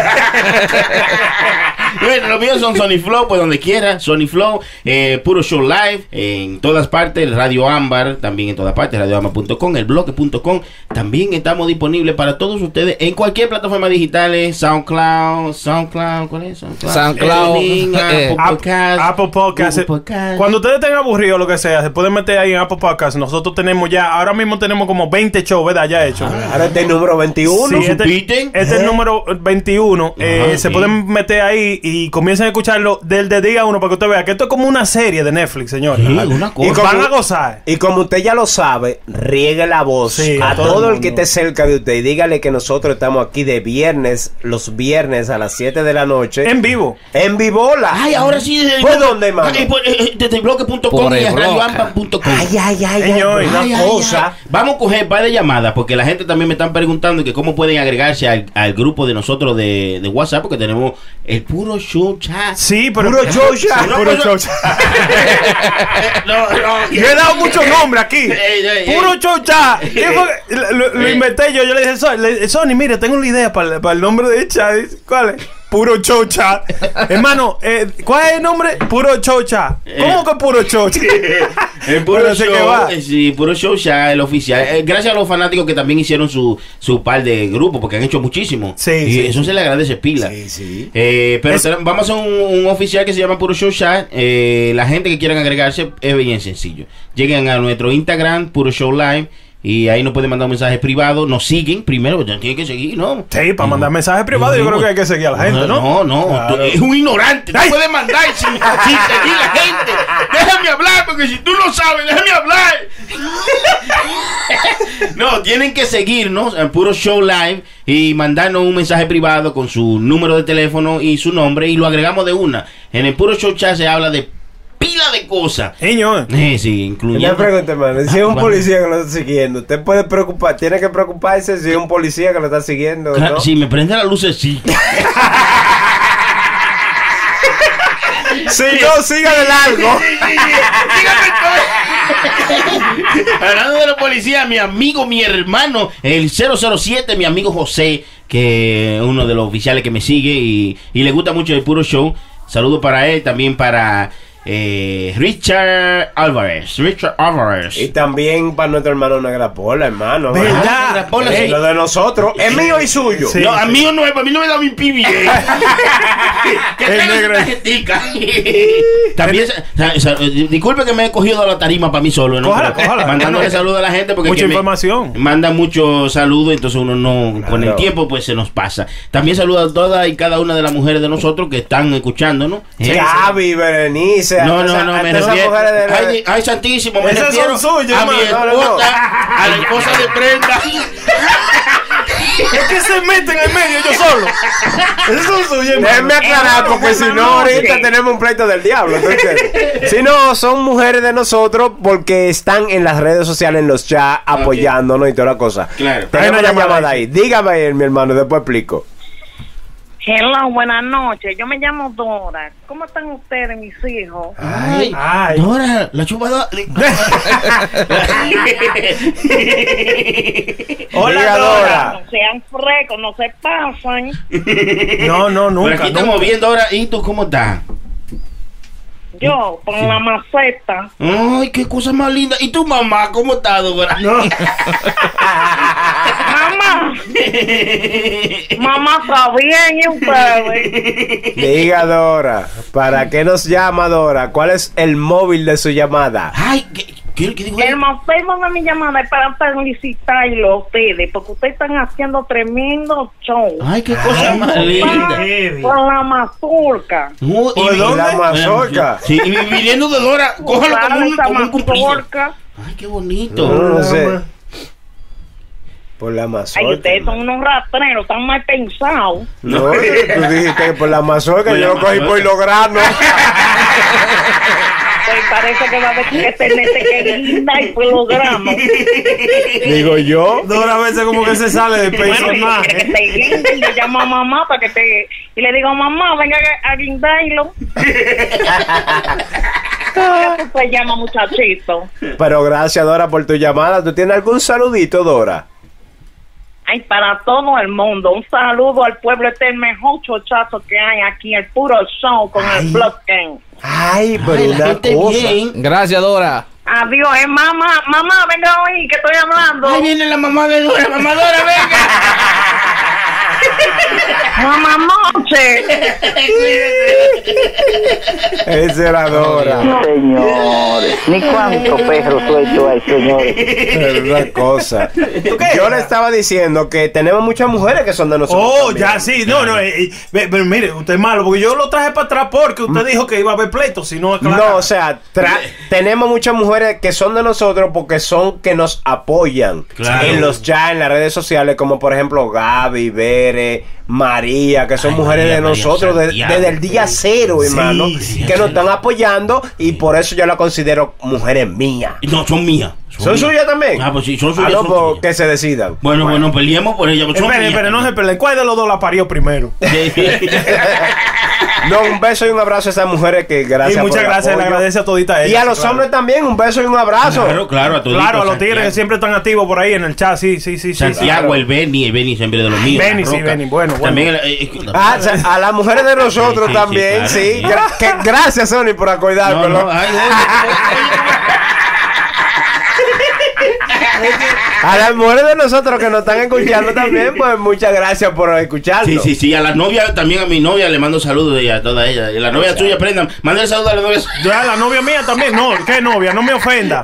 Speaker 8: Bueno, los míos son Sony Flow, pues donde quiera. Sony Flow, eh, Puro Show Live, en todas partes. Radio Ámbar, también en todas partes. RadioAmbar.com, elbloque.com. También estamos disponibles para todos ustedes en cualquier plataforma digital. eh, SoundCloud, SoundCloud, ¿cuál es? SoundCloud. Tuning, Apple Podcast.
Speaker 4: Apple Podcast.
Speaker 8: Google Podcast.
Speaker 4: Cuando ustedes estén aburridos, lo que sea, se pueden meter ahí en Apple Podcast. Nosotros tenemos ya, ahora mismo tenemos como 20 shows, ¿verdad? Ya hechos.
Speaker 11: Ahora este número 21.
Speaker 4: Sí, este, este es el número 21. Eh,
Speaker 11: Ajá,
Speaker 4: se
Speaker 11: sí.
Speaker 4: pueden meter ahí y comiencen a escucharlo del de día uno para que usted vea que esto es como una serie de Netflix, señor.
Speaker 8: una
Speaker 4: Y van a gozar.
Speaker 11: Y como usted ya lo sabe, riegue la voz
Speaker 4: Sí,
Speaker 11: a
Speaker 4: a
Speaker 11: todo,
Speaker 4: todo
Speaker 11: el,
Speaker 4: el
Speaker 11: que esté cerca de usted y dígale que nosotros estamos aquí de viernes, los viernes a las 7 de la noche.
Speaker 4: En vivo.
Speaker 11: En vivola.
Speaker 8: Ay, ahora sí. eh,
Speaker 11: ¿Por
Speaker 8: yo-
Speaker 11: dónde, mano?
Speaker 8: Ay, por, eh, Desde bloque.com
Speaker 11: Por
Speaker 8: y
Speaker 11: el bloque.
Speaker 8: radioamba.com.
Speaker 11: Ay, ay, ay, ay,
Speaker 8: Señor,
Speaker 11: una
Speaker 8: ay, ay,
Speaker 11: cosa.
Speaker 8: ay. Vamos a coger par de llamadas porque la gente también me están preguntando que cómo pueden agregarse al, al grupo de nosotros de, de WhatsApp porque tenemos el puro show chat.
Speaker 4: Sí, pero.
Speaker 8: Puro show chat.
Speaker 4: Sí, puro show chat. Yo he dado
Speaker 11: Eh,
Speaker 4: muchos nombres aquí. Puro chocha. ¿Qué fue que- Lo, lo inventé yo. Yo le dije, Sony, le- Sony, mira, tengo una idea para, el- para el nombre de chat. Dice, ¿Cuál es? Puro chocha. Hermano, eh, ¿cuál es el nombre? Puro chocha. ¿Cómo que puro chocha?
Speaker 8: El puro
Speaker 4: Pero sé que
Speaker 8: show,
Speaker 4: va.
Speaker 8: eh, sí, puro show ya el oficial. Eh, gracias a los fanáticos que también hicieron su, su par de grupos, porque han hecho muchísimo. y
Speaker 4: sí.
Speaker 8: eso se le agradece pila. Eh, pero
Speaker 4: Es-
Speaker 8: tenemos- vamos a un, un oficial que se llama Puro Show Chat. Eh, la gente que quieran agregarse es bien sencillo. Lleguen a nuestro Instagram, Puro Show Live, y ahí nos pueden mandar un mensaje privado. Nos siguen primero, porque tienen que seguir, ¿no?
Speaker 4: Sí, para mandar mensajes privados, yo creo que hay que seguir a la gente,
Speaker 8: No,
Speaker 4: ¿no?
Speaker 8: no, tú- es un ignorante. No puedes mandar sin, sin seguir la gente. Déjame hablar, porque si tú no sabes, déjame hablar. No, tienen que seguirnos en Puro Show Live y mandarnos un mensaje privado con su número de teléfono y su nombre y lo agregamos de una. En el Puro Show Chat se habla de pila de cosas.
Speaker 4: Señor.
Speaker 8: Sí, sí,
Speaker 11: Una
Speaker 8: incluyendo.
Speaker 11: pregunta, hermano. Si es un
Speaker 8: vale.
Speaker 11: policía que lo está siguiendo, usted puede preocupar, tiene que preocuparse si es un policía que lo está siguiendo.
Speaker 8: Claro,
Speaker 11: ¿no?
Speaker 8: Si me prende la luz, sí.
Speaker 11: Si no, sígale largo.
Speaker 8: Hablando de la policía, mi amigo, mi hermano, el 007, mi amigo José, que es uno de los oficiales que me sigue y, y le gusta mucho el puro show. Saludo para él, también para eh, Richard Álvarez. Richard Álvarez.
Speaker 11: Y también para nuestro hermano Negrapola, hermano.
Speaker 8: ¿Verdad?
Speaker 11: Ah,
Speaker 8: Negrapola,
Speaker 11: eh,
Speaker 8: sí.
Speaker 11: Lo de nosotros. Es mío y suyo.
Speaker 8: No, a mí no es, a mí no me da mi pibi. eh. que traiga su tarjetica. También, sa- sa- disculpe que me he cogido la tarima para mí solo. ¿no?
Speaker 4: Cójala,
Speaker 8: Pero
Speaker 4: cójala.
Speaker 8: Mandándole saludos a la gente porque
Speaker 4: Mucha
Speaker 8: que me-
Speaker 4: información.
Speaker 8: manda mucho saludo, entonces uno no, con el
Speaker 4: Claro.
Speaker 8: tiempo pues se nos pasa. También saluda a todas y cada una de las mujeres de nosotros que están escuchándonos. Eh,
Speaker 11: Gaby, Berenice.
Speaker 8: No,
Speaker 11: a
Speaker 8: no,
Speaker 11: Ah, esa-
Speaker 8: no,
Speaker 11: a
Speaker 8: me
Speaker 11: todas las
Speaker 8: refiero.
Speaker 11: mujeres de la-
Speaker 8: Ay, ay, santísimo, me
Speaker 11: Esas son
Speaker 8: refiero
Speaker 11: suyas,
Speaker 8: a mi
Speaker 11: hermano. No, no, no.
Speaker 8: esposa, a la esposa de prenda.
Speaker 4: Es que se meten en medio yo solo. Eso suyo, hermano.
Speaker 11: Déjenme aclarar, porque si no, ahorita
Speaker 4: Sí.
Speaker 11: tenemos un pleito del diablo. entonces. si no, son mujeres de nosotros porque están en las redes sociales, en los chats, apoyándonos y toda la cosa.
Speaker 8: Claro.
Speaker 11: Tenemos
Speaker 8: Hay
Speaker 11: una
Speaker 8: una
Speaker 11: llamada
Speaker 8: llamada
Speaker 11: ahí. Dígame, mi hermano, después explico.
Speaker 17: Hello, buenas noches. Yo me llamo Dora. ¿Cómo están ustedes, mis hijos?
Speaker 3: Ay, Dora, la chupadora.
Speaker 4: Hola,
Speaker 17: No
Speaker 4: Dora.
Speaker 17: sean frecos, no se pasan.
Speaker 4: No, no, nunca.
Speaker 8: Por aquí estamos
Speaker 4: nunca.
Speaker 8: viendo ahora. ¿Y tú cómo estás?
Speaker 17: Yo, con la maceta.
Speaker 8: Ay, qué cosa más linda. ¿Y tu mamá cómo está, Dora? No.
Speaker 17: Mamá. Mamá está bien y ustedes.
Speaker 11: Diga Dora, ¿para qué nos llama Dora? ¿Cuál es el móvil de su llamada?
Speaker 8: Ay, ¿qué, qué, qué dijo
Speaker 17: El más Facebook de mi llamada es para felicitarlo a ustedes, porque ustedes están haciendo tremendo show.
Speaker 3: Ay,
Speaker 11: qué cosa más linda.
Speaker 17: Con la mazurca.
Speaker 8: No,
Speaker 11: ¿Por dónde? La mazorca.
Speaker 8: Sí, y viniendo de Dora, cójalo
Speaker 17: Usar
Speaker 8: como un,
Speaker 17: esa
Speaker 8: como un cumplido.
Speaker 17: mazorca.
Speaker 8: Ay, qué bonito.
Speaker 11: No, no sé. Por la mazorca.
Speaker 17: Ay, ustedes son unos rastreros, están mal pensados.
Speaker 11: No, tú dijiste que por la mazorca yo lo cogí por los granos.
Speaker 17: Pues parece que va a haber que tenerse que guinda y kilogramos.
Speaker 11: Digo yo.
Speaker 4: Dora a veces como que se sale del
Speaker 17: Bueno, y que
Speaker 4: personaje.
Speaker 17: te guinden, yo llamo a mamá para que te... Y le digo, mamá, venga a guindarlo. ¿Qué tú te llamas, Pues muchachito?
Speaker 11: Pero gracias Dora por tu llamada. ¿Tú tienes algún saludito, Dora?
Speaker 17: Ay, para todo el mundo. Un saludo al pueblo. Este es el mejor chochazo que hay aquí. El puro show con el blockchain.
Speaker 11: Ay, pero
Speaker 5: Ay, la
Speaker 11: una
Speaker 5: gente
Speaker 11: cosa.
Speaker 5: bien. Gracias, Dora.
Speaker 17: Adiós, eh, mamá. Mamá, venga hoy que estoy hablando.
Speaker 5: Ahí viene la mamá de Dora, mamá Dora, venga.
Speaker 17: Mamá noche.
Speaker 11: Esa era Dora.
Speaker 7: Señores, ni cuánto perro suelto hay, señores.
Speaker 11: Pero una cosa. Yo le estaba diciendo que tenemos muchas mujeres que son de nosotros.
Speaker 4: Oh,
Speaker 11: también.
Speaker 4: ya sí, no, no, eh, eh, ve- pero mire, usted es malo, porque yo lo traje para atrás porque usted dijo que iba a haber pleito, si no, aclara.
Speaker 11: Mm. No, o sea, tra- tenemos muchas mujeres que son de nosotros porque son que nos apoyan
Speaker 8: Claro.
Speaker 11: en los ya en las redes sociales, como por ejemplo Gaby, Bere, María, que son
Speaker 8: Ay,
Speaker 11: mujeres
Speaker 8: María,
Speaker 11: de
Speaker 8: María
Speaker 11: nosotros de-
Speaker 8: Santiago.
Speaker 11: desde el día cero,
Speaker 4: Sí,
Speaker 11: hermano,
Speaker 4: sí,
Speaker 11: que nos están apoyando y por eso yo la considero mujeres mías.
Speaker 8: No, son mías.
Speaker 11: ¿Son
Speaker 8: mías.
Speaker 11: suyas también?
Speaker 8: Ah, pues sí, son
Speaker 11: Ah,
Speaker 8: suyas.
Speaker 11: no,
Speaker 8: son
Speaker 11: pues,
Speaker 8: suyas.
Speaker 11: que se decidan.
Speaker 8: Bueno, bueno, peleemos por ella. pues son
Speaker 4: Espere,
Speaker 8: mías.
Speaker 4: espere, no se peleen. ¿Cuál de los dos la parió primero?
Speaker 11: No, un beso y un abrazo a esas mujeres que gracias.
Speaker 4: y muchas
Speaker 11: por el
Speaker 4: gracias, le
Speaker 11: apoyo.
Speaker 4: agradece a todita
Speaker 11: Y
Speaker 4: ella.
Speaker 11: a los hombres también, un beso y un abrazo.
Speaker 8: Claro, claro, a todos.
Speaker 4: Claro, a los tigres que siempre están activos por ahí en el chat, sí, sí, sí, sí. sí.
Speaker 8: Santiago, el Benny, el Benny siempre de los míos.
Speaker 4: Benny,
Speaker 8: la
Speaker 4: sí,
Speaker 8: Roca.
Speaker 4: Benny, bueno, bueno.
Speaker 8: También, eh, eh,
Speaker 11: Ah, o sea, a las mujeres de
Speaker 8: Sí,
Speaker 11: nosotros
Speaker 8: sí,
Speaker 11: también,
Speaker 8: sí,
Speaker 11: sí.
Speaker 8: claro,
Speaker 11: Gra- que- gracias, Sony, por
Speaker 8: no,
Speaker 11: acordármelo.
Speaker 8: no, ay,
Speaker 11: A las mujeres de nosotros que nos están escuchando también, pues muchas gracias por escucharnos.
Speaker 8: Sí, sí, sí, a las novias, también a mi novia le mando saludos de ella, a todas ellas. Y la novia tuya, prendan, manda el saludo a la novia. suya.
Speaker 4: Ya, la novia mía también, no, qué novia, no me ofenda.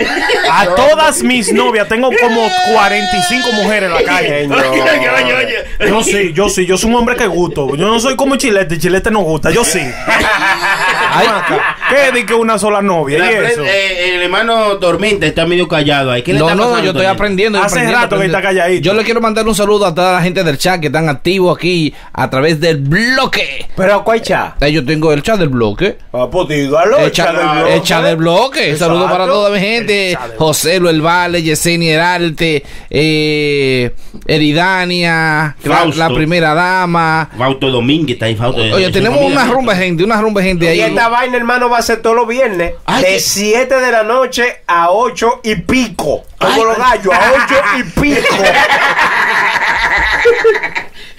Speaker 4: A todas mis novias, tengo como 45 mujeres en la calle.
Speaker 11: Señor.
Speaker 8: Oye, oye, oye.
Speaker 4: Yo sí, yo sí, yo soy un hombre que gusto. Yo no soy como Chilete, Chilete no gusta, yo sí.
Speaker 5: Ay,
Speaker 4: ¿Qué de que una sola novia?
Speaker 8: La
Speaker 4: ¿Y
Speaker 8: pre-
Speaker 4: eso?
Speaker 8: eh, el hermano Tormenta está medio callado ahí. ¿Qué le
Speaker 5: No,
Speaker 8: está
Speaker 5: no,
Speaker 8: pasando,
Speaker 5: yo estoy
Speaker 8: Tormenta?
Speaker 5: aprendiendo.
Speaker 4: Hace
Speaker 5: aprendiendo,
Speaker 4: rato que
Speaker 5: aprendiendo.
Speaker 4: está calladito.
Speaker 5: Yo le quiero mandar un saludo a toda la gente del chat que están activos aquí a través del bloque.
Speaker 11: Pero, Cuacha,
Speaker 5: Ahí yo tengo el chat del bloque.
Speaker 11: ah, pues dígalo,
Speaker 5: El chat,
Speaker 11: echa del
Speaker 5: el chat del bloque.
Speaker 11: Exacto.
Speaker 5: Saludos para toda mi gente.
Speaker 4: chat del bloque.
Speaker 5: José Luel Vale, Yesenia Eralte, eh, Eridania, la,
Speaker 8: Fausto.
Speaker 5: la primera dama.
Speaker 8: Fausto Domínguez está ahí, Fausto. eh,
Speaker 5: Oye,
Speaker 8: Eso
Speaker 5: tenemos
Speaker 8: también
Speaker 5: una
Speaker 8: es-
Speaker 5: rumba de gente, una rumba de gente
Speaker 11: Y
Speaker 5: ahí.
Speaker 11: esta vaina, hermano, va a ser todos los viernes.
Speaker 5: Ay,
Speaker 11: de
Speaker 5: qué-
Speaker 11: 7 de la noche a 8 y pico. Como los gallos, a 8 y pico.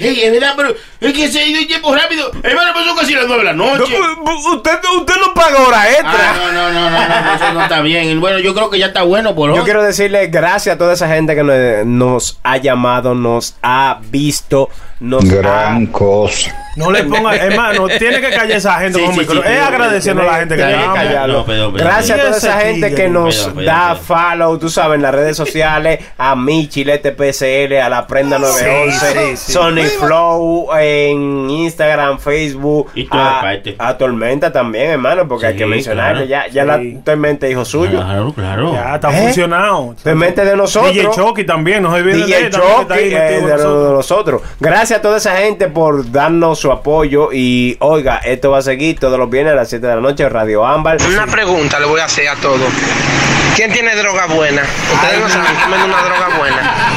Speaker 8: Ey, es verdad, pero es que se ha ido el tiempo rápido. Hermano, pasó casi las nueve de la
Speaker 11: No,
Speaker 8: noche.
Speaker 11: pues, usted, usted no paga hora extra.
Speaker 8: Ah, no, no, no, no, no, no, eso no está bien. Bueno, yo creo que ya está bueno por hoy.
Speaker 11: Yo quiero decirle gracias a toda esa gente que nos, nos ha llamado, nos ha visto, nos
Speaker 15: Gran
Speaker 11: ha...
Speaker 15: cosa.
Speaker 4: No le ponga, hermano, tiene que callar esa gente
Speaker 8: Sí,
Speaker 4: con
Speaker 8: sí,
Speaker 4: micro.
Speaker 8: sí,
Speaker 4: es
Speaker 8: sí,
Speaker 4: agradeciendo a la gente que
Speaker 11: Tiene que
Speaker 4: llama.
Speaker 11: callarlo.
Speaker 8: No, perdón, perdón.
Speaker 11: Gracias a toda
Speaker 4: Ese
Speaker 11: esa gente
Speaker 4: tigre,
Speaker 11: que nos
Speaker 8: perdón, perdón,
Speaker 11: da
Speaker 8: perdón.
Speaker 11: follow, tú sabes, en las redes sociales, a mi Chilete PSL, a la Prenda 911,
Speaker 4: sí, sí.
Speaker 11: Sony Flow, en Instagram, Facebook,
Speaker 8: Y todas
Speaker 11: a,
Speaker 8: partes.
Speaker 11: a Tormenta también, hermano, porque
Speaker 8: Sí,
Speaker 11: hay que mencionarle,
Speaker 8: claro.
Speaker 11: ya, ya
Speaker 4: Sí.
Speaker 11: la Tormenta hijo suyo.
Speaker 8: Claro, claro.
Speaker 4: Ya, está
Speaker 11: ¿Eh?
Speaker 4: funcionado.
Speaker 11: Tormenta es de nosotros.
Speaker 4: DJ Chucky también, no se olviden de
Speaker 11: DJ
Speaker 4: él, también que está
Speaker 11: Chucky,
Speaker 4: ahí metido
Speaker 11: eh, de, lo-
Speaker 4: con nosotros.
Speaker 11: de nosotros. Gracias a toda esa gente por darnos su apoyo. Y oiga, esto va a seguir todos los viernes a las 7 de la noche, Radio Ámbar.
Speaker 18: Una pregunta le voy a hacer a todos. ¿Quién tiene droga buena? Ustedes no saben comer una droga buena.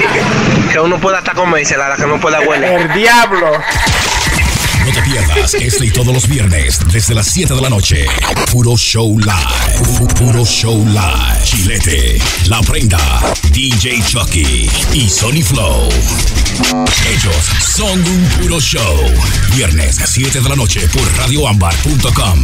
Speaker 18: Que uno pueda hasta comérsela, la que no pueda buena.
Speaker 11: El diablo.
Speaker 1: No te pierdas este y todos los viernes desde las 7 de la noche. Puro Show Live. Pu- Puro Show Live. Chilete, La Prenda, DJ Chucky y Sony Flow. Ellos son un puro show. Viernes 7 de la noche por radioambar.com.